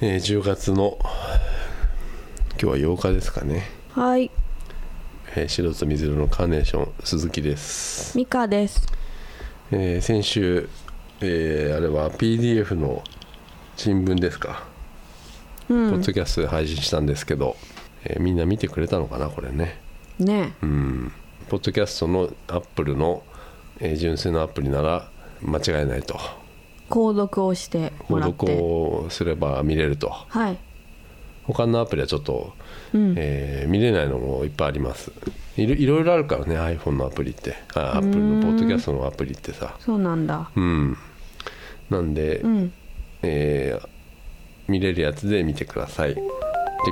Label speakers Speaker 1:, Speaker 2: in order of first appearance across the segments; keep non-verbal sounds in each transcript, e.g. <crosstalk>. Speaker 1: えー10月の今日は8日ですかね、
Speaker 2: はい、
Speaker 1: えー白と水色のカーネーション鈴木です、
Speaker 2: ミカです。
Speaker 1: えー先週、えーあれは PDF の新聞ですか、
Speaker 2: うん
Speaker 1: ポッドキャストで配信したんですけど、えーみんな見てくれたのかなこれね
Speaker 2: ね
Speaker 1: うんポッドキャストのアップルの、えー純正のアプリなら間違いないと
Speaker 2: え、購読をして
Speaker 1: 購
Speaker 2: もらっ
Speaker 1: 読
Speaker 2: て。
Speaker 1: をすれば見れると
Speaker 2: はい。
Speaker 1: 他のアプリはちょっと
Speaker 2: うん。
Speaker 1: えー見れないのもいっぱいありますいろいろいろあるからね iPhone のアプリってあ Apple のポッドキャストのアプリってさ
Speaker 2: そうなんだ。
Speaker 1: うんなんで、
Speaker 2: うん。
Speaker 1: えー見れるやつで見てくださいで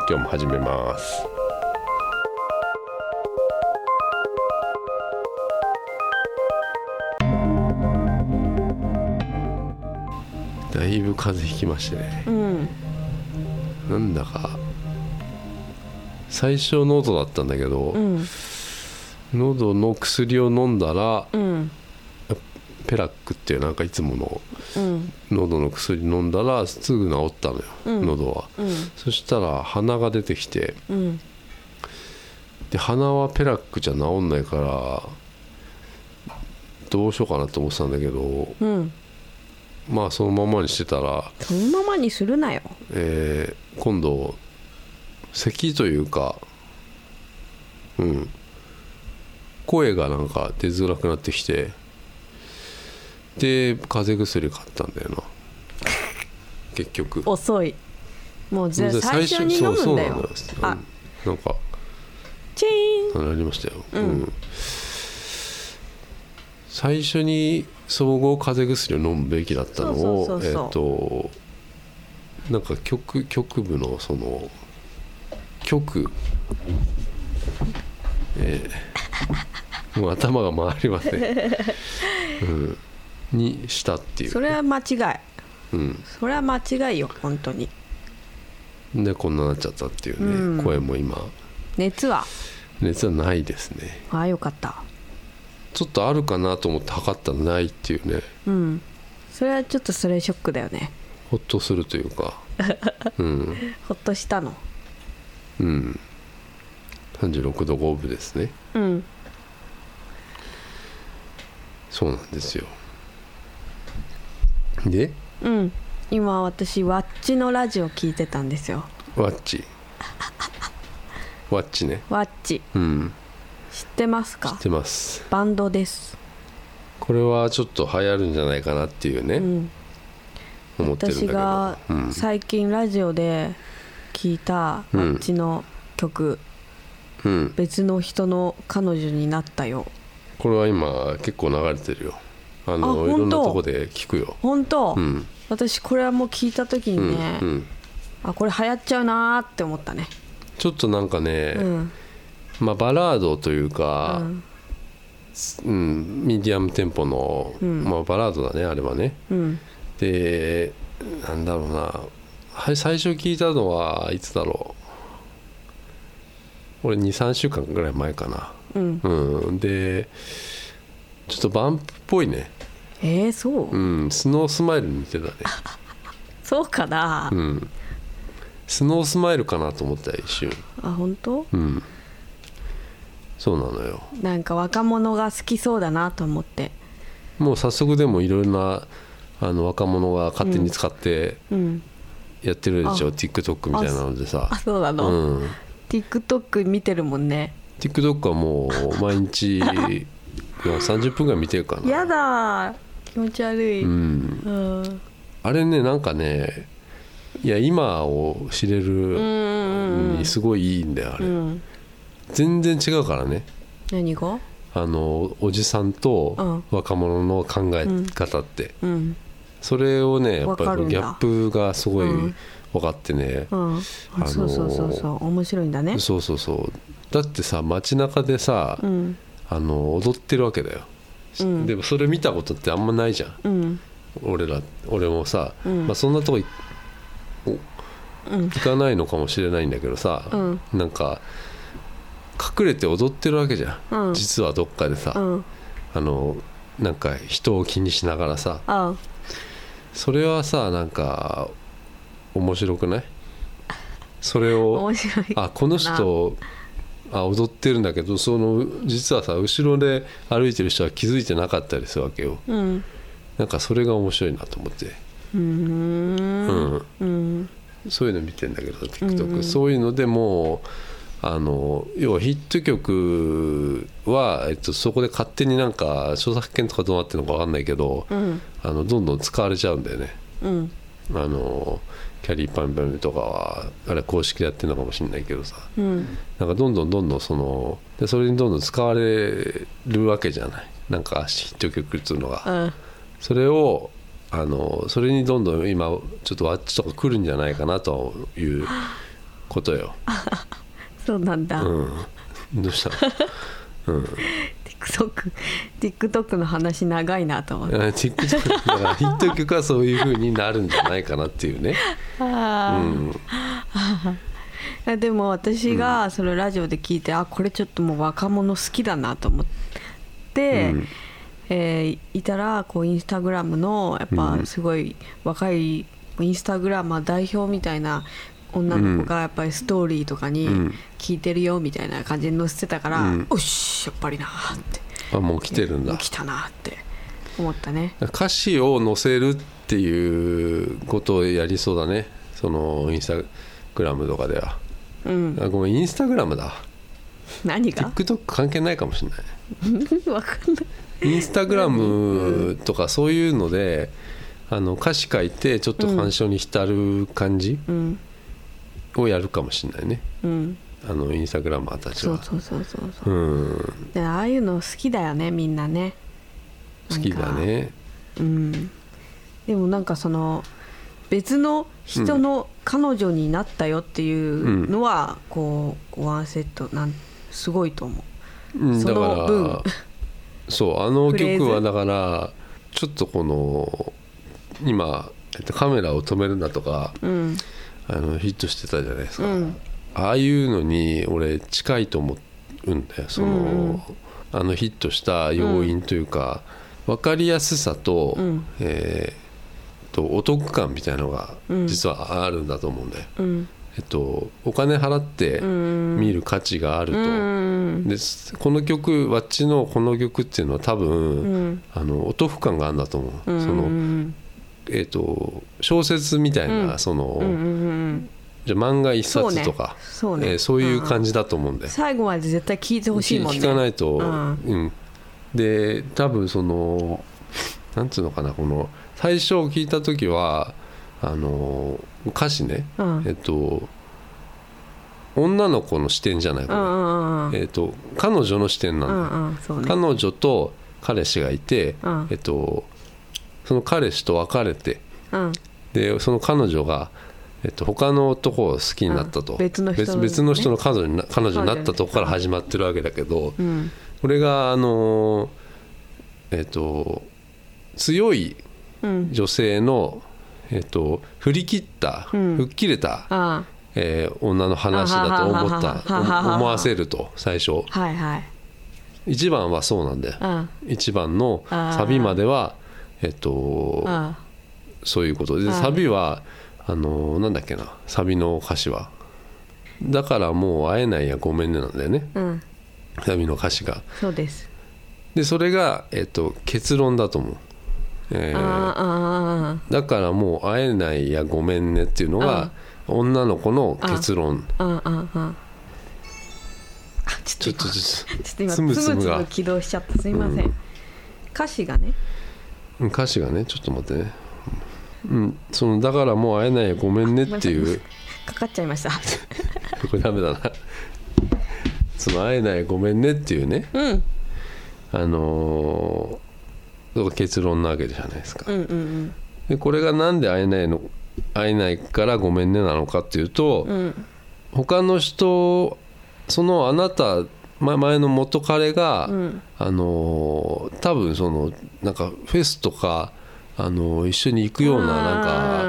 Speaker 1: 今日も始めますだいぶ風邪ひきましてね
Speaker 2: うん。
Speaker 1: なんだか最初喉だったんだけど、
Speaker 2: うん。
Speaker 1: 喉の薬を飲んだら
Speaker 2: うん。
Speaker 1: ペラックっていうなんかいつもの
Speaker 2: うん。
Speaker 1: 喉の薬飲んだらすぐ治ったのよ、
Speaker 2: うん
Speaker 1: 喉は
Speaker 2: うん。
Speaker 1: そしたら鼻が出てきて
Speaker 2: うん。
Speaker 1: で鼻はペラックじゃ治んないからどうしようかなと思ってたんだけど
Speaker 2: うん。
Speaker 1: まあそのままにしてたら、
Speaker 2: そのままにするなよ。
Speaker 1: えー今度咳というかうん声がなんか出づらくなってきてで風邪薬買ったんだよな結局
Speaker 2: 遅い。もうぜ最初に飲むんだよ。
Speaker 1: そうそうな
Speaker 2: あ
Speaker 1: んだ、うんなんか
Speaker 2: チーン。
Speaker 1: なりましたよ、
Speaker 2: うん
Speaker 1: 最初に総合風邪薬を飲むべきだったのを
Speaker 2: そうそうそう
Speaker 1: えっとなんか局局部のその局えーもう頭が回りません、
Speaker 2: <laughs>
Speaker 1: うん、にしたっていう
Speaker 2: それは間違い。
Speaker 1: うん、
Speaker 2: それは間違いよ、本当に。
Speaker 1: でこんななっちゃったっていうね、
Speaker 2: うん
Speaker 1: 声も今
Speaker 2: 熱は。
Speaker 1: 熱はないですね
Speaker 2: ああ、よかった。
Speaker 1: ちょっとあるかなと思って測ったらないっていうね
Speaker 2: うん。それはちょっとそれショックだよね。
Speaker 1: ほっとするという
Speaker 2: <laughs>
Speaker 1: かうん
Speaker 2: ほっとしたの。
Speaker 1: うん36度5分ですね
Speaker 2: うん。
Speaker 1: そうなんですよで
Speaker 2: うん。今私ワッチのラジオ聞いてたんですよ。
Speaker 1: ワッチワッチね
Speaker 2: ワッチ
Speaker 1: うん
Speaker 2: 知ってます
Speaker 1: 知
Speaker 2: か
Speaker 1: ってます
Speaker 2: バンドです、
Speaker 1: これはちょっと流行るんじゃないかなっていうね、
Speaker 2: うん、
Speaker 1: 思ってるんだけ
Speaker 2: 私
Speaker 1: ど
Speaker 2: が
Speaker 1: うん、
Speaker 2: 最近ラジオで聞いた
Speaker 1: うん
Speaker 2: あっちの曲、
Speaker 1: うん、
Speaker 2: 別の人の彼女になったよ
Speaker 1: これは今結構流れてるよあ
Speaker 2: あ
Speaker 1: の
Speaker 2: 本
Speaker 1: い
Speaker 2: 当
Speaker 1: ろんなとこで聞くよ
Speaker 2: 本当、
Speaker 1: うん
Speaker 2: 私これはもう聞いた時に
Speaker 1: うん、
Speaker 2: ね、
Speaker 1: うん、
Speaker 2: あこれ流行っちゃうなーって思ったね、
Speaker 1: ちょっとなんかね、
Speaker 2: うん
Speaker 1: まあ、バラードというか、
Speaker 2: う
Speaker 1: う
Speaker 2: ん
Speaker 1: ん、ミディアムテンポの、
Speaker 2: うん
Speaker 1: まあ、バラードだねあれはね
Speaker 2: うん
Speaker 1: でなんだろうなはい最初聞いたのはいつだろう俺23週間ぐらい前かな
Speaker 2: うん
Speaker 1: うんでちょっとバンプっぽいね
Speaker 2: えー、そう、
Speaker 1: うんスノースマイルに似てたね
Speaker 2: そうかな、
Speaker 1: うんスノースマイルかなと思った一瞬
Speaker 2: あ本当
Speaker 1: うんそうなのよ
Speaker 2: なんか若者が好きそうだなと思って
Speaker 1: もう早速でもいろいろなあの若者が勝手に使って、
Speaker 2: うん
Speaker 1: やってるでしょ
Speaker 2: あ
Speaker 1: TikTok みたいなのでさ
Speaker 2: あそうな
Speaker 1: う
Speaker 2: の、
Speaker 1: ん
Speaker 2: TikTok 見てるもんね
Speaker 1: TikTok はもう毎日
Speaker 2: <laughs>
Speaker 1: まあ30分ぐらい見てるかな
Speaker 2: やだー気持ち悪い、
Speaker 1: うん
Speaker 2: うん
Speaker 1: あれねなんかねいや今を知れ
Speaker 2: うん
Speaker 1: る
Speaker 2: うん
Speaker 1: にすごいいいんだよあ
Speaker 2: う
Speaker 1: れ
Speaker 2: ん
Speaker 1: 全然違うからね
Speaker 2: 何が
Speaker 1: あのおじさんと若者の考え方って
Speaker 2: うん
Speaker 1: それをねやっぱ
Speaker 2: わか
Speaker 1: り
Speaker 2: るんだ
Speaker 1: ギャップがすごい
Speaker 2: うん
Speaker 1: 分かってね
Speaker 2: うん
Speaker 1: あのー
Speaker 2: そうそうそうそう面白いんだね
Speaker 1: そうそうそうだってさ街中でさ
Speaker 2: うん
Speaker 1: あの踊ってるわけだよ、
Speaker 2: うん
Speaker 1: でもそれ見たことってあんまないじゃん
Speaker 2: うん
Speaker 1: 俺ら俺もさ、
Speaker 2: うん
Speaker 1: まあ、そんなとこいお
Speaker 2: う
Speaker 1: 行
Speaker 2: ん
Speaker 1: かないのかもしれないんだけどさ、
Speaker 2: うん
Speaker 1: なんか隠れて踊ってるわけじゃん、
Speaker 2: うん
Speaker 1: 実はどっかでさ、
Speaker 2: うん
Speaker 1: あのなんか人を気にしながらさ
Speaker 2: あ
Speaker 1: それはさなんか面白くないそれを
Speaker 2: 面白い
Speaker 1: あこの人あ踊ってるんだけどその実はさ後ろで歩いてる人は気づいてなかったりするわけよ
Speaker 2: うん
Speaker 1: なんかそれが面白いなと思って、
Speaker 2: うーん
Speaker 1: うん
Speaker 2: うん
Speaker 1: そういうの見てんだけど TikTok、
Speaker 2: うんうん
Speaker 1: そういうのでもうあの要はヒット曲は、えっと、そこで勝手になんか著作権とかどうなってるのか分かんないけど
Speaker 2: うん
Speaker 1: あのどんどん使われちゃうんだよね
Speaker 2: うん
Speaker 1: あのキャリーパンパンとかはあれ公式でやってるのかもしれないけどさ
Speaker 2: うん
Speaker 1: なんかどんどんどんどんそのでそれにどんどん使われるわけじゃないなんかヒット曲っていうのが
Speaker 2: うん
Speaker 1: それをあのそれにどんどん今ちょっとワッチとか来るんじゃないかなということよ、
Speaker 2: そうなんだ、
Speaker 1: うん、どうしたの
Speaker 2: TikTok TikTok の話長いなと思って
Speaker 1: あ TikTok だからヒット曲はそういうふうになるんじゃないかなっていうね、う
Speaker 2: あー
Speaker 1: ん、
Speaker 2: あでも私がそれラジオで聞いて、あこれちょっともう若者好きだなと思って、
Speaker 1: うん
Speaker 2: えーいたらこうインスタグラムのやっ
Speaker 1: う
Speaker 2: ぱ
Speaker 1: ん
Speaker 2: すごい若いインスタグラマー代表みたいな女の子がやっぱりストーリーとかに
Speaker 1: うん
Speaker 2: 聞いてるよみたいな感じに載せてたから、
Speaker 1: うん
Speaker 2: おっしやっぱりなーって
Speaker 1: あもう来てるんだ
Speaker 2: 来たなーって思ったね
Speaker 1: 歌詞を載せるっていうことをやりそうだねそのインスタグラムとかでは
Speaker 2: うん
Speaker 1: あごめんインスタグラムだ
Speaker 2: 何
Speaker 1: <laughs>
Speaker 2: が
Speaker 1: TikTok 関係ないかもしれない
Speaker 2: わかんない
Speaker 1: インスタグラムとかそういうのであの歌詞書いてちょっと鑑賞に浸る感じ
Speaker 2: うん
Speaker 1: をやるかもしれないね
Speaker 2: うん
Speaker 1: あのインスタグラマーたち
Speaker 2: そう
Speaker 1: は
Speaker 2: そうそうそうそう
Speaker 1: うん
Speaker 2: でああいうの好きだよねみんなね
Speaker 1: 好きだ
Speaker 2: なんか
Speaker 1: ね
Speaker 2: うんでもなんかその別の人の彼女になったよっていうのは、こうワンセットなんすごいと思
Speaker 1: うん
Speaker 2: そ
Speaker 1: だ
Speaker 2: の
Speaker 1: からそうあの
Speaker 2: フレーズ
Speaker 1: 曲はだからちょっとこの今えっとカメラを止めるんだとか
Speaker 2: ううん
Speaker 1: あのヒットしてたじゃないです
Speaker 2: う
Speaker 1: か、
Speaker 2: ん
Speaker 1: ああいうのに俺近いと思うんだよその、
Speaker 2: うんうん
Speaker 1: あのヒットした要因というか、分かりやすさと,、
Speaker 2: うん
Speaker 1: えーとお得感みたいのが
Speaker 2: うん
Speaker 1: 実はあるんだと思うんだよ、
Speaker 2: うん
Speaker 1: えっと、お金払って
Speaker 2: うん
Speaker 1: 見る価値がある
Speaker 2: う
Speaker 1: と、
Speaker 2: ん
Speaker 1: ですこの曲わっちのこの曲っていうのは多分、
Speaker 2: うん
Speaker 1: あのお得感があるんだと思う、
Speaker 2: うん
Speaker 1: その
Speaker 2: うん
Speaker 1: えっと小説みたいな、
Speaker 2: うん
Speaker 1: その、
Speaker 2: うんうん
Speaker 1: じゃあ漫画一
Speaker 2: そうね
Speaker 1: 冊とか
Speaker 2: そ
Speaker 1: そうう,、
Speaker 2: ね
Speaker 1: えーそういう感
Speaker 2: じ
Speaker 1: じだと思うんだよ
Speaker 2: 最後まで絶対聞いてほしいもんね
Speaker 1: 聞かないと、
Speaker 2: う
Speaker 1: うんんで多分そのなんつうのかなこの最初聞いた時はあの歌詞ね、
Speaker 2: うんうん
Speaker 1: えっと女の子の視点じゃないこ
Speaker 2: う
Speaker 1: れ、
Speaker 2: んうん
Speaker 1: えっと彼女の視点なん
Speaker 2: う
Speaker 1: だよ、
Speaker 2: んうんそうね
Speaker 1: 彼女と彼氏がいて、
Speaker 2: うん
Speaker 1: えっとその彼氏と別れて
Speaker 2: うん
Speaker 1: でその彼女が、えっと、他の男を好きになったと、
Speaker 2: うん別の人の
Speaker 1: 別
Speaker 2: ね
Speaker 1: 別の人の彼女にな彼女になったとこから始まってるわけだけど、
Speaker 2: うん
Speaker 1: これがあのえっ、と強い
Speaker 2: うん
Speaker 1: 女性のえっ、と振り切った、
Speaker 2: うん
Speaker 1: 吹っ切れた、
Speaker 2: あ
Speaker 1: えー女の話だと思った
Speaker 2: あははははははは
Speaker 1: お思わせると最初
Speaker 2: あはいはい
Speaker 1: 一番はそうなんだよ
Speaker 2: あ
Speaker 1: 一番の
Speaker 2: あー
Speaker 1: サビまではえっ、と
Speaker 2: あ
Speaker 1: そういうことで
Speaker 2: はい
Speaker 1: サビはあのなんだっけなサビの歌詞はだからもう会えないやごめんねなんだよね
Speaker 2: うん
Speaker 1: サビの歌詞が
Speaker 2: そうです
Speaker 1: でそれが、えっと、結論だと思う、えー
Speaker 2: ああ
Speaker 1: だからもう会えないやごめんねっていうのが女の子の結論
Speaker 2: あああああああち
Speaker 1: ち
Speaker 2: ょ
Speaker 1: ょ
Speaker 2: っ
Speaker 1: っ
Speaker 2: と
Speaker 1: と
Speaker 2: 今
Speaker 1: ちょっ
Speaker 2: ちょっと今つ
Speaker 1: つ
Speaker 2: む
Speaker 1: む
Speaker 2: つ
Speaker 1: つ
Speaker 2: む
Speaker 1: むが
Speaker 2: 起動しちゃったすみません、
Speaker 1: うん
Speaker 2: 歌詞がね
Speaker 1: と歌詞がねちょっと待ってねうん、そのだからもう会えないやごめんねっていう
Speaker 2: かかっちゃいました
Speaker 1: これダメだなその会えないごめんねって <laughs> いうね
Speaker 2: うん
Speaker 1: あのーのが結論なわけじゃないですか
Speaker 2: うんうん
Speaker 1: でこれがなんで会えないの会えないからごめんねなのかっていうと、
Speaker 2: うんうん
Speaker 1: 他の人そのあなたま前の元彼が、
Speaker 2: うん
Speaker 1: あのー多分そのなんかフェスとか、あのー一緒に行くようななんか
Speaker 2: う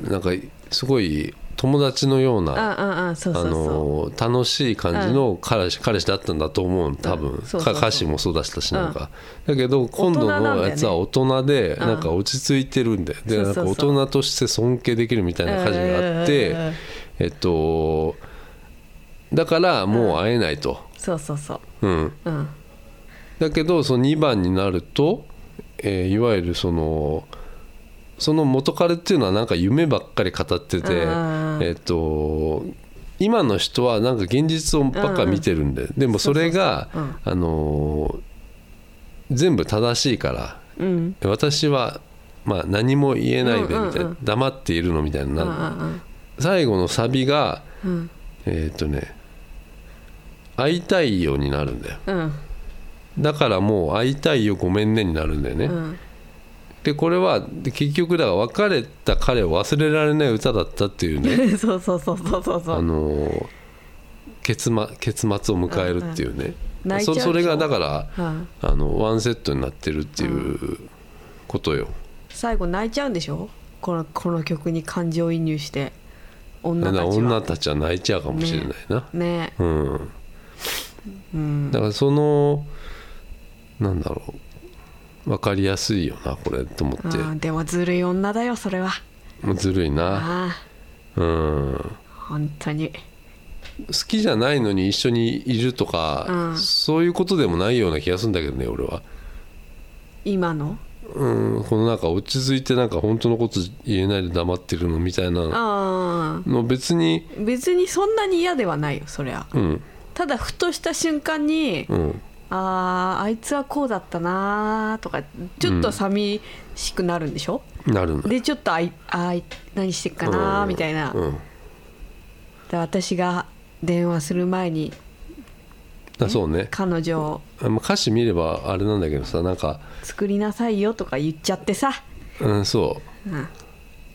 Speaker 2: ん
Speaker 1: なんかすごい友達のような
Speaker 2: あああそうそう
Speaker 1: あ
Speaker 2: そう
Speaker 1: のー楽しい感じの彼氏,、彼氏だったんだと思う多分、
Speaker 2: うんそうそうそ
Speaker 1: か
Speaker 2: う
Speaker 1: 歌詞もそうだしたしなんか、だけど今度のやつは大人で
Speaker 2: ん
Speaker 1: なんか落ち着いてるんで,、で
Speaker 2: そう
Speaker 1: な
Speaker 2: そ
Speaker 1: ん
Speaker 2: うそ
Speaker 1: か
Speaker 2: う
Speaker 1: 大人として尊敬できるみたいな歌詞があって、
Speaker 2: うんうんうんうん
Speaker 1: えっとだからもう会えないと、
Speaker 2: そうそうそう
Speaker 1: うん、
Speaker 2: うん
Speaker 1: だけどその2番になると、えーいわゆるそのその元彼っていうのはなんか夢ばっかり語ってて、え
Speaker 2: あー
Speaker 1: っと今の人はなんか現実をばっか見てるんで、でもそれが
Speaker 2: そうそうそう
Speaker 1: あのー全部正しいから
Speaker 2: うん
Speaker 1: 私は、まあ、何も言えないでみたいな、
Speaker 2: うんうんうん
Speaker 1: 黙っているのみたい
Speaker 2: うんう
Speaker 1: な、
Speaker 2: ん
Speaker 1: 最後のサビが
Speaker 2: うん
Speaker 1: えっ、とね会いたいようになるんだよ
Speaker 2: うん
Speaker 1: だからもう会いたいよごめんねになるんだよね、
Speaker 2: うん
Speaker 1: でこれはで結局だから別れた彼を忘れられない歌だったっていうね
Speaker 2: <laughs> そうそうそうそうそうそ
Speaker 1: あ
Speaker 2: う
Speaker 1: のー結末結末を迎えるっていうね、
Speaker 2: 泣いち
Speaker 1: そ
Speaker 2: ゃ
Speaker 1: う
Speaker 2: でしょ
Speaker 1: それがだから
Speaker 2: うん
Speaker 1: あのワンセットになってるっていうことよ、
Speaker 2: 最後泣いちゃうんでしょこのこの曲に感情移入して女
Speaker 1: だ
Speaker 2: た
Speaker 1: から
Speaker 2: ち
Speaker 1: 女
Speaker 2: は
Speaker 1: たちは泣いちゃうかもしれないな、
Speaker 2: ね
Speaker 1: うん
Speaker 2: うん
Speaker 1: だからそのなんだろう分かりやすいよなこれと思って
Speaker 2: うんでもずるい女だよそれは
Speaker 1: もうずるいな
Speaker 2: あ
Speaker 1: うん
Speaker 2: あ本当に
Speaker 1: 好きじゃないのに一緒にいるとか、
Speaker 2: うん
Speaker 1: そういうことでもないような気がするんだけどね俺は
Speaker 2: 今の
Speaker 1: うんこのなんか落ち着いてなんか本当のこと言えないで黙ってるのみたいな
Speaker 2: ああ
Speaker 1: の別に
Speaker 2: 別にそんなに嫌ではないよそりゃ
Speaker 1: うん
Speaker 2: ただふとした瞬間に
Speaker 1: うん
Speaker 2: あああいつはこうだったなーとかちょっと寂しくなるんでしょ、
Speaker 1: なるの
Speaker 2: でちょっとあいあい何してっかなーみたいな、
Speaker 1: うん
Speaker 2: で私が電話する前に
Speaker 1: あそうね
Speaker 2: 彼女を
Speaker 1: あまあ歌詞見ればあれなんだけどさなんか、
Speaker 2: 作りなさいよとか言っちゃってさ、
Speaker 1: うん、そう
Speaker 2: うん、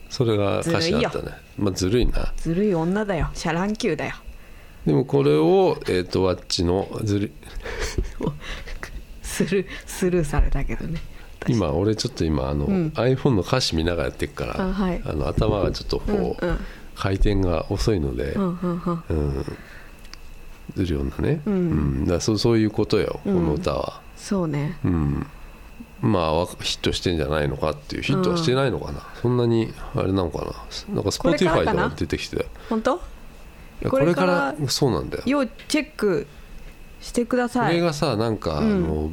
Speaker 1: それが歌詞だった
Speaker 2: ず
Speaker 1: ねまあずるいな
Speaker 2: ずるい女だよシャラン級だよ
Speaker 1: でもこれをえっ、とワッチのずるい
Speaker 2: スルースルーされたけどね
Speaker 1: 今俺ちょっと今あの、iPhone の歌詞見ながらやってるから
Speaker 2: あはい
Speaker 1: の頭がちょっとこう、
Speaker 2: うんうん
Speaker 1: 回転が遅いので、
Speaker 2: うんうんうん
Speaker 1: ずるようなね、うんだからそうそういうことよ、この歌は、
Speaker 2: そうね
Speaker 1: うん、まあわヒットしてんじゃないのかっていうヒットはしてないのかな、そんなにあれなのかななんか
Speaker 2: これから
Speaker 1: Spotify
Speaker 2: か
Speaker 1: と
Speaker 2: な
Speaker 1: か出てきてたよ
Speaker 2: 本
Speaker 1: い
Speaker 2: 当
Speaker 1: やこ
Speaker 2: こ
Speaker 1: れ
Speaker 2: れ
Speaker 1: か
Speaker 2: から
Speaker 1: らそうなんだよ
Speaker 2: 要チェックしてくだ
Speaker 1: こ
Speaker 2: さい
Speaker 1: れがさなんか、
Speaker 2: ん
Speaker 1: あの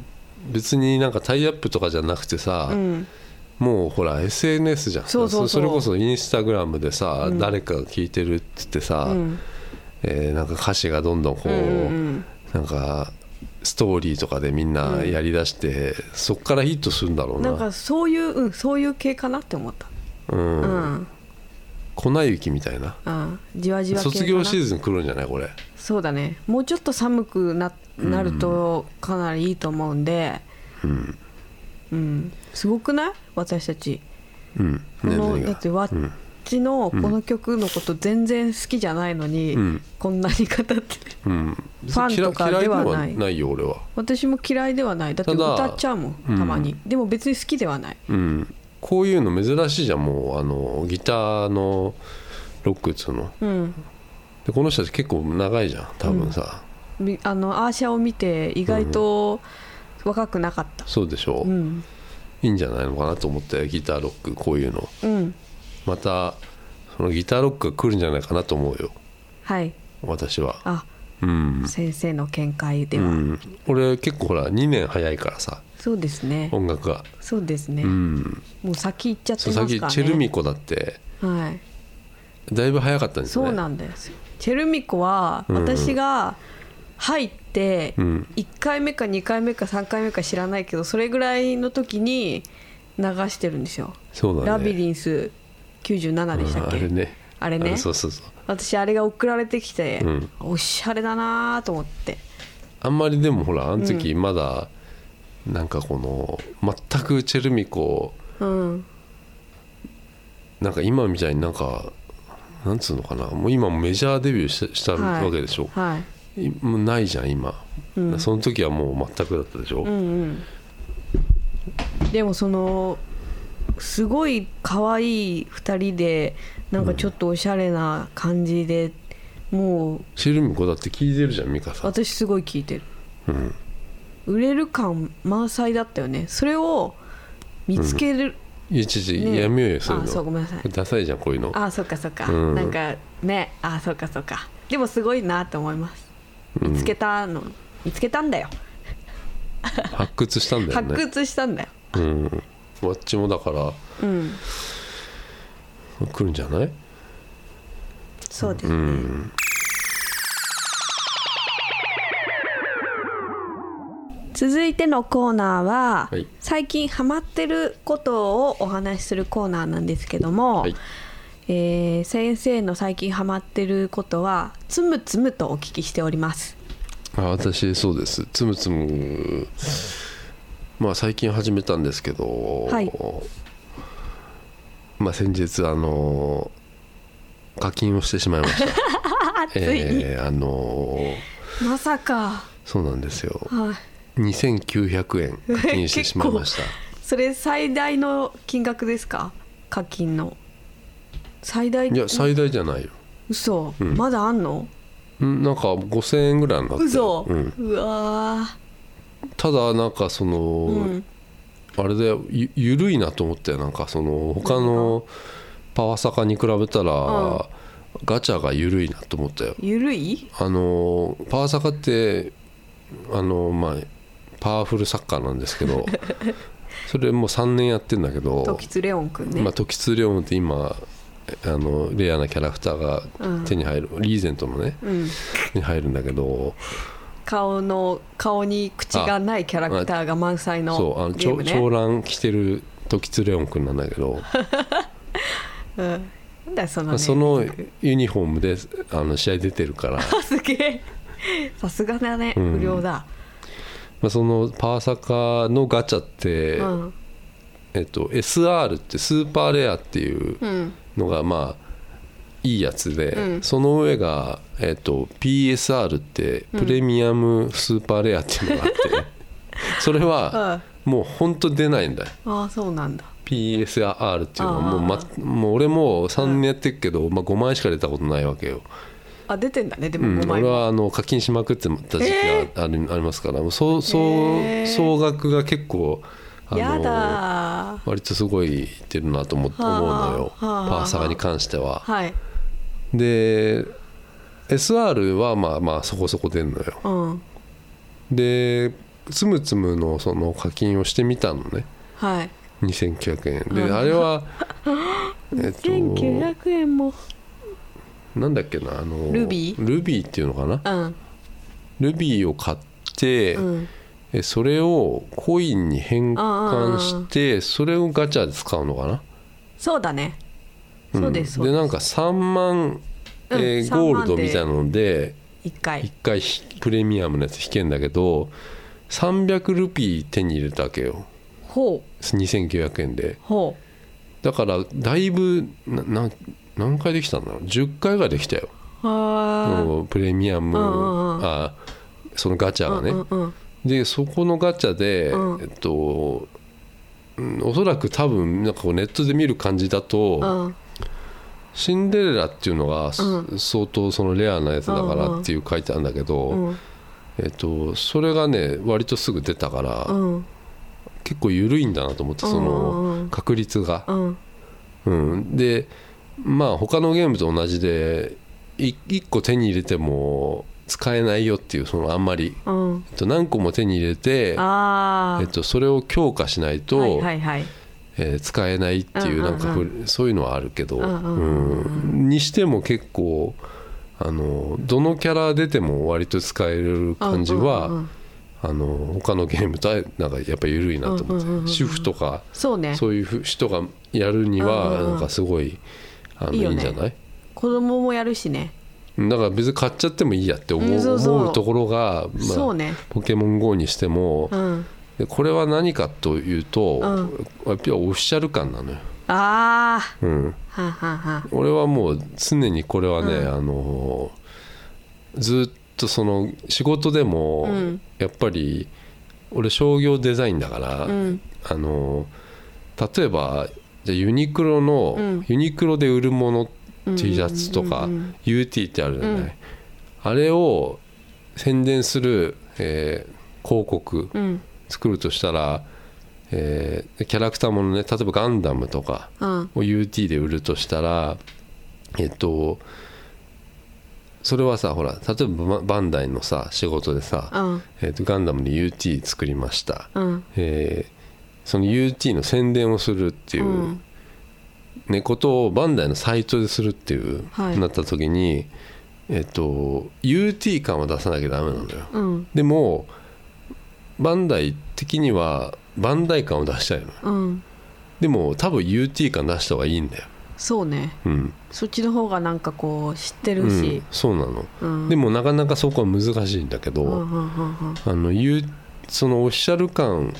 Speaker 1: 別になんかタイアップとかじゃなくてさ、
Speaker 2: うん
Speaker 1: もうほら SNS じゃん
Speaker 2: そうそうそう
Speaker 1: れこそインスタグラムでさ、誰かが聞いてるっつってさ、
Speaker 2: うん
Speaker 1: えーなんか歌詞がどんどんこう、
Speaker 2: うんうん
Speaker 1: なんかストーリーとかでみんなやりだして、そっからヒットするんだろう
Speaker 2: な
Speaker 1: なん
Speaker 2: かそういう、うん、そういう系かなって思った
Speaker 1: うん
Speaker 2: うん、
Speaker 1: 粉雪みたいな
Speaker 2: うん、じわじわ系かな
Speaker 1: 卒業シーズン来るんじゃないこれ
Speaker 2: そうだねもうちょっと寒くななるとかなりいいと思うんでうん、すごくない私たち
Speaker 1: うんね
Speaker 2: この、
Speaker 1: 何
Speaker 2: だ
Speaker 1: が
Speaker 2: ってわっちのこの曲のこと全然好きじゃないのに、
Speaker 1: ん
Speaker 2: こんなに語って
Speaker 1: うん
Speaker 2: ファンとかではない
Speaker 1: 嫌嫌ないよ俺は
Speaker 2: 私も嫌いではないだって
Speaker 1: ただ
Speaker 2: 歌っちゃうもんたまに、でも別に好きではない
Speaker 1: うんこういうの珍しいじゃんもうあのギターのロックっつうの
Speaker 2: うん
Speaker 1: でこの人たち結構長いじゃん多分さ、
Speaker 2: みあのアーシャを見て意外と若くなかった
Speaker 1: そうでしょう、
Speaker 2: うん
Speaker 1: いいんじゃないのかなと思ってギターロックこういうの
Speaker 2: うん
Speaker 1: またそのギターロックが来るんじゃないかなと思うよ
Speaker 2: はい
Speaker 1: 私は
Speaker 2: あ
Speaker 1: うん、
Speaker 2: 先生の見解で
Speaker 1: う
Speaker 2: は、
Speaker 1: ん、俺結構ほら2年早いからさ
Speaker 2: そうですね
Speaker 1: 音楽が
Speaker 2: そうですね、
Speaker 1: うん
Speaker 2: もう先行っちゃって
Speaker 1: そ
Speaker 2: ま
Speaker 1: う
Speaker 2: すか
Speaker 1: さ
Speaker 2: ら
Speaker 1: っき
Speaker 2: ね
Speaker 1: チェルミコだって
Speaker 2: はい
Speaker 1: だいぶ早かったんですね
Speaker 2: そうなんですよチェルミコは
Speaker 1: ん
Speaker 2: 私が入って
Speaker 1: うん
Speaker 2: 1回目か2回目か3回目か知らないけどそれぐらいの時に流してるんですよ
Speaker 1: そうだね
Speaker 2: 「ラビリンス97」でしたっけ、
Speaker 1: うんあれね
Speaker 2: あれね
Speaker 1: そうそうそう
Speaker 2: 私あれが送られてきて、
Speaker 1: うん
Speaker 2: おしゃれだなーと思って
Speaker 1: あんまりでもほらあの時まだなんかこの全くチェルミコ
Speaker 2: うん
Speaker 1: なんか今みたいになんかなんつうのかなもう今もメジャーデビューしたした
Speaker 2: はい
Speaker 1: わけでしょ、
Speaker 2: はい
Speaker 1: いもうないじゃん今、その時はもう全くだったでしょ、
Speaker 2: うんうん、でもそのすごい可愛い2人でなんかちょっとおしゃれな感じで、もう
Speaker 1: シルミコだって聞いてるじゃん美香さん
Speaker 2: 私すごい聞いてる
Speaker 1: うん
Speaker 2: 売れる感満載だったよねそれを見つける、
Speaker 1: 一時
Speaker 2: ね
Speaker 1: やめようよそういう
Speaker 2: あそう
Speaker 1: の
Speaker 2: ごめんなさい
Speaker 1: ダサいじゃんこういうの
Speaker 2: あそっかそっか、
Speaker 1: うん
Speaker 2: なんかねあそっかそっかでもすごいなと思います
Speaker 1: うん
Speaker 2: 見つけたの、見つけたんだよ
Speaker 1: 発掘したんだよ
Speaker 2: 発
Speaker 1: ね
Speaker 2: 掘したんだよ、
Speaker 1: うんわっちもだから
Speaker 2: うん
Speaker 1: 来るんじゃない
Speaker 2: そうです
Speaker 1: う
Speaker 2: ね、
Speaker 1: ん
Speaker 2: 続いてのコーナーは、
Speaker 1: はい
Speaker 2: 最近ハマってることをお話しするコーナーなんですけども、
Speaker 1: はい
Speaker 2: えー先生の最近ハマってることはつむつむとお聞きしております
Speaker 1: あ私そうですつむつむまあ最近始めたんですけど、
Speaker 2: はい
Speaker 1: まあ先日あの課金をしてしまいました
Speaker 2: <laughs> あついに、
Speaker 1: えーあの
Speaker 2: まさか、
Speaker 1: そうなんですよ
Speaker 2: はい、
Speaker 1: 2900円課金してしまいました
Speaker 2: <laughs> それ最大の金額ですか課金の最大
Speaker 1: いや最大じゃないよ
Speaker 2: 嘘、
Speaker 1: うん
Speaker 2: まだあんの
Speaker 1: うんなんか5000円ぐらいになってる
Speaker 2: 嘘、
Speaker 1: うん、
Speaker 2: うわ
Speaker 1: ただなんかその、
Speaker 2: ーうん
Speaker 1: あれだよゆゆるいなと思ったよなんかその他のパワサカに比べたら、
Speaker 2: うん
Speaker 1: ガチャがゆるいなと思ったよ
Speaker 2: ゆるい
Speaker 1: あのーパワサカってあのーまあパワフルサッカーなんですけ
Speaker 2: <laughs>
Speaker 1: どそれもう3年やってんだけど
Speaker 2: 時津レオンくんね、
Speaker 1: まあ、時津レオンって今あのレアなキャラクターが
Speaker 2: うん
Speaker 1: 手に入る、リーゼントのね
Speaker 2: うん
Speaker 1: 手に入るんだけど
Speaker 2: 顔の顔に口がないキャラクターが満載の
Speaker 1: そうあの
Speaker 2: ゲ
Speaker 1: ち
Speaker 2: ー
Speaker 1: ょ
Speaker 2: ム
Speaker 1: 長
Speaker 2: ね。
Speaker 1: 蘭着てる時津レオンくんなんだけど
Speaker 2: うん、なんだよその、ね、
Speaker 1: そのユニフォームであの試合出てる
Speaker 2: <laughs>
Speaker 1: から
Speaker 2: あ <laughs> すげえさすがだね、
Speaker 1: うん
Speaker 2: 不良だ。
Speaker 1: まあそのパワサカのガチャって、
Speaker 2: うん
Speaker 1: えっと、SR ってスーパーレアっていう
Speaker 2: うん
Speaker 1: のがまあいいやつで、
Speaker 2: うん
Speaker 1: その上が、えっと、PSR って
Speaker 2: うん
Speaker 1: プレミアムスーパーレアっていう
Speaker 2: <laughs>
Speaker 1: のがあって、それは
Speaker 2: あ
Speaker 1: もう本当出ないんだよ
Speaker 2: あそうなんだ。
Speaker 1: PSR っていうのはもう,、
Speaker 2: あ
Speaker 1: ま、もう俺も3年やってるけど、まあ、5万円しか出たことないわけよ、
Speaker 2: あ出てんだねで
Speaker 1: う
Speaker 2: も
Speaker 1: ん、
Speaker 2: 5枚
Speaker 1: 俺
Speaker 2: も、
Speaker 1: はあの課金しまくってた時期がある、ありますからもうそうそう、
Speaker 2: へー
Speaker 1: 総額が結構あの
Speaker 2: やだー
Speaker 1: 割とすごいいってるなと思,、
Speaker 2: はあ
Speaker 1: 思うのよ、
Speaker 2: はあはあ
Speaker 1: パワーサガに関しては。
Speaker 2: はい。
Speaker 1: で SR はまあまあそこそこ出んのよ。
Speaker 2: うん
Speaker 1: でつむつむのその課金をしてみたのね
Speaker 2: はい。
Speaker 1: 2900円で、
Speaker 2: うん
Speaker 1: あれ
Speaker 2: <laughs>
Speaker 1: はえっと
Speaker 2: 1900円も。
Speaker 1: なんだっけなあの
Speaker 2: ルビー
Speaker 1: ルビーっていうのかな
Speaker 2: うん
Speaker 1: ルビーを買って、
Speaker 2: うん
Speaker 1: えそれをコインに変換してそれをガチャで使うのかな
Speaker 2: そうだね。そうですそ
Speaker 1: ん
Speaker 2: う
Speaker 1: で
Speaker 2: で
Speaker 1: なんか3万、えー
Speaker 2: うん
Speaker 1: ゴールド
Speaker 2: 3万で
Speaker 1: みたいなので
Speaker 2: 一回
Speaker 1: 1。回ひプレミアムのやつ引けんだけど300ルピー手に入れたわけよ
Speaker 2: ほ
Speaker 1: 2900円で
Speaker 2: うほ
Speaker 1: だからだいぶなな何回できたんだろう10回ぐらいできたよ
Speaker 2: う。は
Speaker 1: もうプレミアム
Speaker 2: うんうんうん
Speaker 1: あそのガチャ
Speaker 2: あ。
Speaker 1: がね、
Speaker 2: うんうんうん
Speaker 1: でそこのガチャで、
Speaker 2: うん
Speaker 1: えっとうんおそらく多分なんかこうネットで見る感じだと、
Speaker 2: うん
Speaker 1: シンデレラっていうのが、す
Speaker 2: うん
Speaker 1: 相当そのレアなやつだからっていう書いてあるんだけど、
Speaker 2: うん
Speaker 1: えっと、それがね割とすぐ出たから、
Speaker 2: うん
Speaker 1: 結構緩いんだなと思ってそ
Speaker 2: うんうんう
Speaker 1: の
Speaker 2: ん
Speaker 1: 確率が。
Speaker 2: うん
Speaker 1: うん、でまあ他のゲームと同じで1個手に入れても使えないよっていうそのあんまり、
Speaker 2: うん。
Speaker 1: えっと、何個も手に入れて、
Speaker 2: ああ。
Speaker 1: えっと、それを強化しないと、
Speaker 2: はいはいはい。
Speaker 1: えー使えないっていううん
Speaker 2: うん
Speaker 1: な
Speaker 2: うん
Speaker 1: んかふりそういうのはあるけど、
Speaker 2: うんうんうん
Speaker 1: うんにしても結構あのどのキャラ出ても割と使える感じは、
Speaker 2: うんうんうん
Speaker 1: あの他のゲームとはなんかやっぱ緩いなと思って、
Speaker 2: うんうんうんうん
Speaker 1: 主婦とか
Speaker 2: そうね
Speaker 1: そういうふ人がやるには
Speaker 2: うんうんうん
Speaker 1: なんかすごい、あの
Speaker 2: いいよ
Speaker 1: いいん
Speaker 2: ね
Speaker 1: じゃない
Speaker 2: 子供もやるしね、
Speaker 1: だから別に買っちゃってもいいやって思う,、
Speaker 2: うんそうそう
Speaker 1: 思うところが、まあ
Speaker 2: そうね
Speaker 1: ポケモン GO にしても
Speaker 2: う、ん
Speaker 1: でこれは何かというと、
Speaker 2: う
Speaker 1: やっぱりオフィシャル感なのよ。
Speaker 2: ああ
Speaker 1: うん
Speaker 2: はんはんはん
Speaker 1: 俺はもう常にこれはね、
Speaker 2: うん
Speaker 1: あのずっとその仕事でも、
Speaker 2: うん
Speaker 1: やっぱり俺商業デザインだから、
Speaker 2: うん
Speaker 1: あの例えばじゃあユニクロの、
Speaker 2: うん
Speaker 1: ユニクロで売るもの
Speaker 2: うん
Speaker 1: T シャツとか、
Speaker 2: うん
Speaker 1: UT ってあるじゃない、
Speaker 2: うん
Speaker 1: あれを宣伝する、えー広告
Speaker 2: うん
Speaker 1: 作るとしたら、えーキャラクターものね例えばガンダムとか
Speaker 2: うん
Speaker 1: を UT で売るとしたらえっとそれはさほら例えばババンダイのさ仕事でさ、
Speaker 2: うん
Speaker 1: えっとガンダムに UT 作りました、
Speaker 2: うん
Speaker 1: えーその UT の宣伝をするっていう、
Speaker 2: うん
Speaker 1: ね、ことをバンダイのサイトでするっていう、
Speaker 2: はい
Speaker 1: なった時に、えっと、UT 感は出さなきゃダメなのよ
Speaker 2: うん
Speaker 1: でもバンダイ的にはバンダイ感を出したいの
Speaker 2: うん
Speaker 1: でも多分 UT 感出した方がいいんだよ
Speaker 2: そうね
Speaker 1: うん、
Speaker 2: そっちの方がなんかこう知って
Speaker 1: う
Speaker 2: るし
Speaker 1: ん、、そうなの、
Speaker 2: うん、
Speaker 1: で
Speaker 2: も
Speaker 1: もなかなかそこは難しいんだけど、
Speaker 2: うんうんうん
Speaker 1: あの U そのオフィシャル感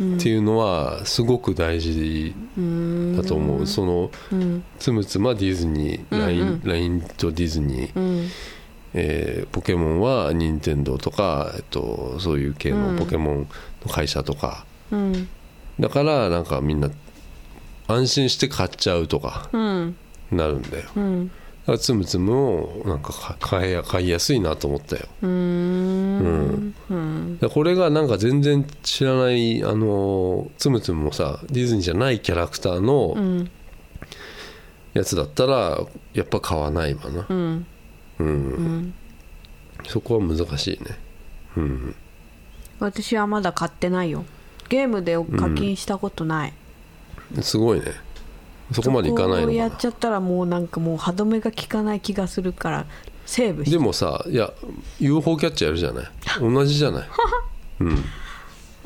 Speaker 2: うん
Speaker 1: っていうのはすごく大事
Speaker 2: うん
Speaker 1: だと思う、その
Speaker 2: うん
Speaker 1: つむつまディズニー LINE、
Speaker 2: うんうん
Speaker 1: ラインとディズニー、
Speaker 2: うん
Speaker 1: えーポケモンは任天堂とか、えっと、そういう系
Speaker 2: う
Speaker 1: の
Speaker 2: ん
Speaker 1: ポケモンの会社とか、
Speaker 2: うん
Speaker 1: だからなんかみんな安心して買っちゃうとか
Speaker 2: うん
Speaker 1: なるんだよだか
Speaker 2: うん
Speaker 1: らつむつむをなんかか買いや買いやすいなと思ったよだか
Speaker 2: うーんうん
Speaker 1: らこれがなんか全然知らないあのつむつむもさディズニーじゃないキャラクター
Speaker 2: う
Speaker 1: の
Speaker 2: ん
Speaker 1: やつだったらやっぱ買わないわな
Speaker 2: うん
Speaker 1: うん、
Speaker 2: うん
Speaker 1: そこは難しいねうん
Speaker 2: 私はまだ買ってないよゲームで課金したことない、
Speaker 1: すごいねそこまでいかないの
Speaker 2: そこ
Speaker 1: か
Speaker 2: をや
Speaker 1: な
Speaker 2: っちゃったらもうなんかもう歯止めが効かない気がするからセーブして
Speaker 1: でもさいや UFO キャッチャーやるじゃない同じじゃないうん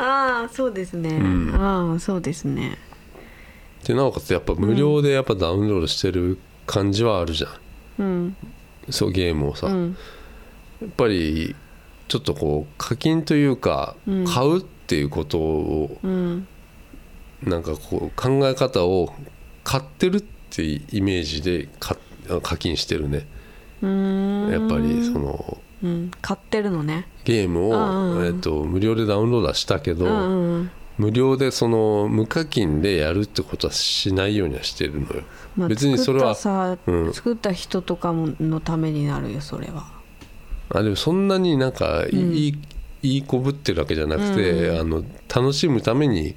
Speaker 2: ああそうですね、
Speaker 1: ん
Speaker 2: ああそうですね
Speaker 1: でなおかつやっぱ無料でやっぱダウンロードしてる感じはあるじゃん、
Speaker 2: うん
Speaker 1: そうゲームをさ、
Speaker 2: う
Speaker 1: や
Speaker 2: ん
Speaker 1: っぱりちょっとこう課金というか
Speaker 2: うん
Speaker 1: 買うっていうことを
Speaker 2: うん
Speaker 1: なんかこう考え方を買ってるってイメージでか課金してるね
Speaker 2: うーん
Speaker 1: やっぱりその
Speaker 2: うん、買ってるのね
Speaker 1: ゲーム
Speaker 2: うんうん
Speaker 1: を、
Speaker 2: うん
Speaker 1: えっと無料でダウンロードはしたけど、
Speaker 2: うんうん
Speaker 1: 無料でその無課金でやるってことはしないようにはしてるのよ
Speaker 2: まあ、
Speaker 1: 別にそれは
Speaker 2: 作ったさ、
Speaker 1: うん
Speaker 2: 作った人とかものためになるよそれは
Speaker 1: あでもそんなになんかいい,、
Speaker 2: うん
Speaker 1: いいこぶってるわけじゃなくて、
Speaker 2: うん
Speaker 1: あの楽しむために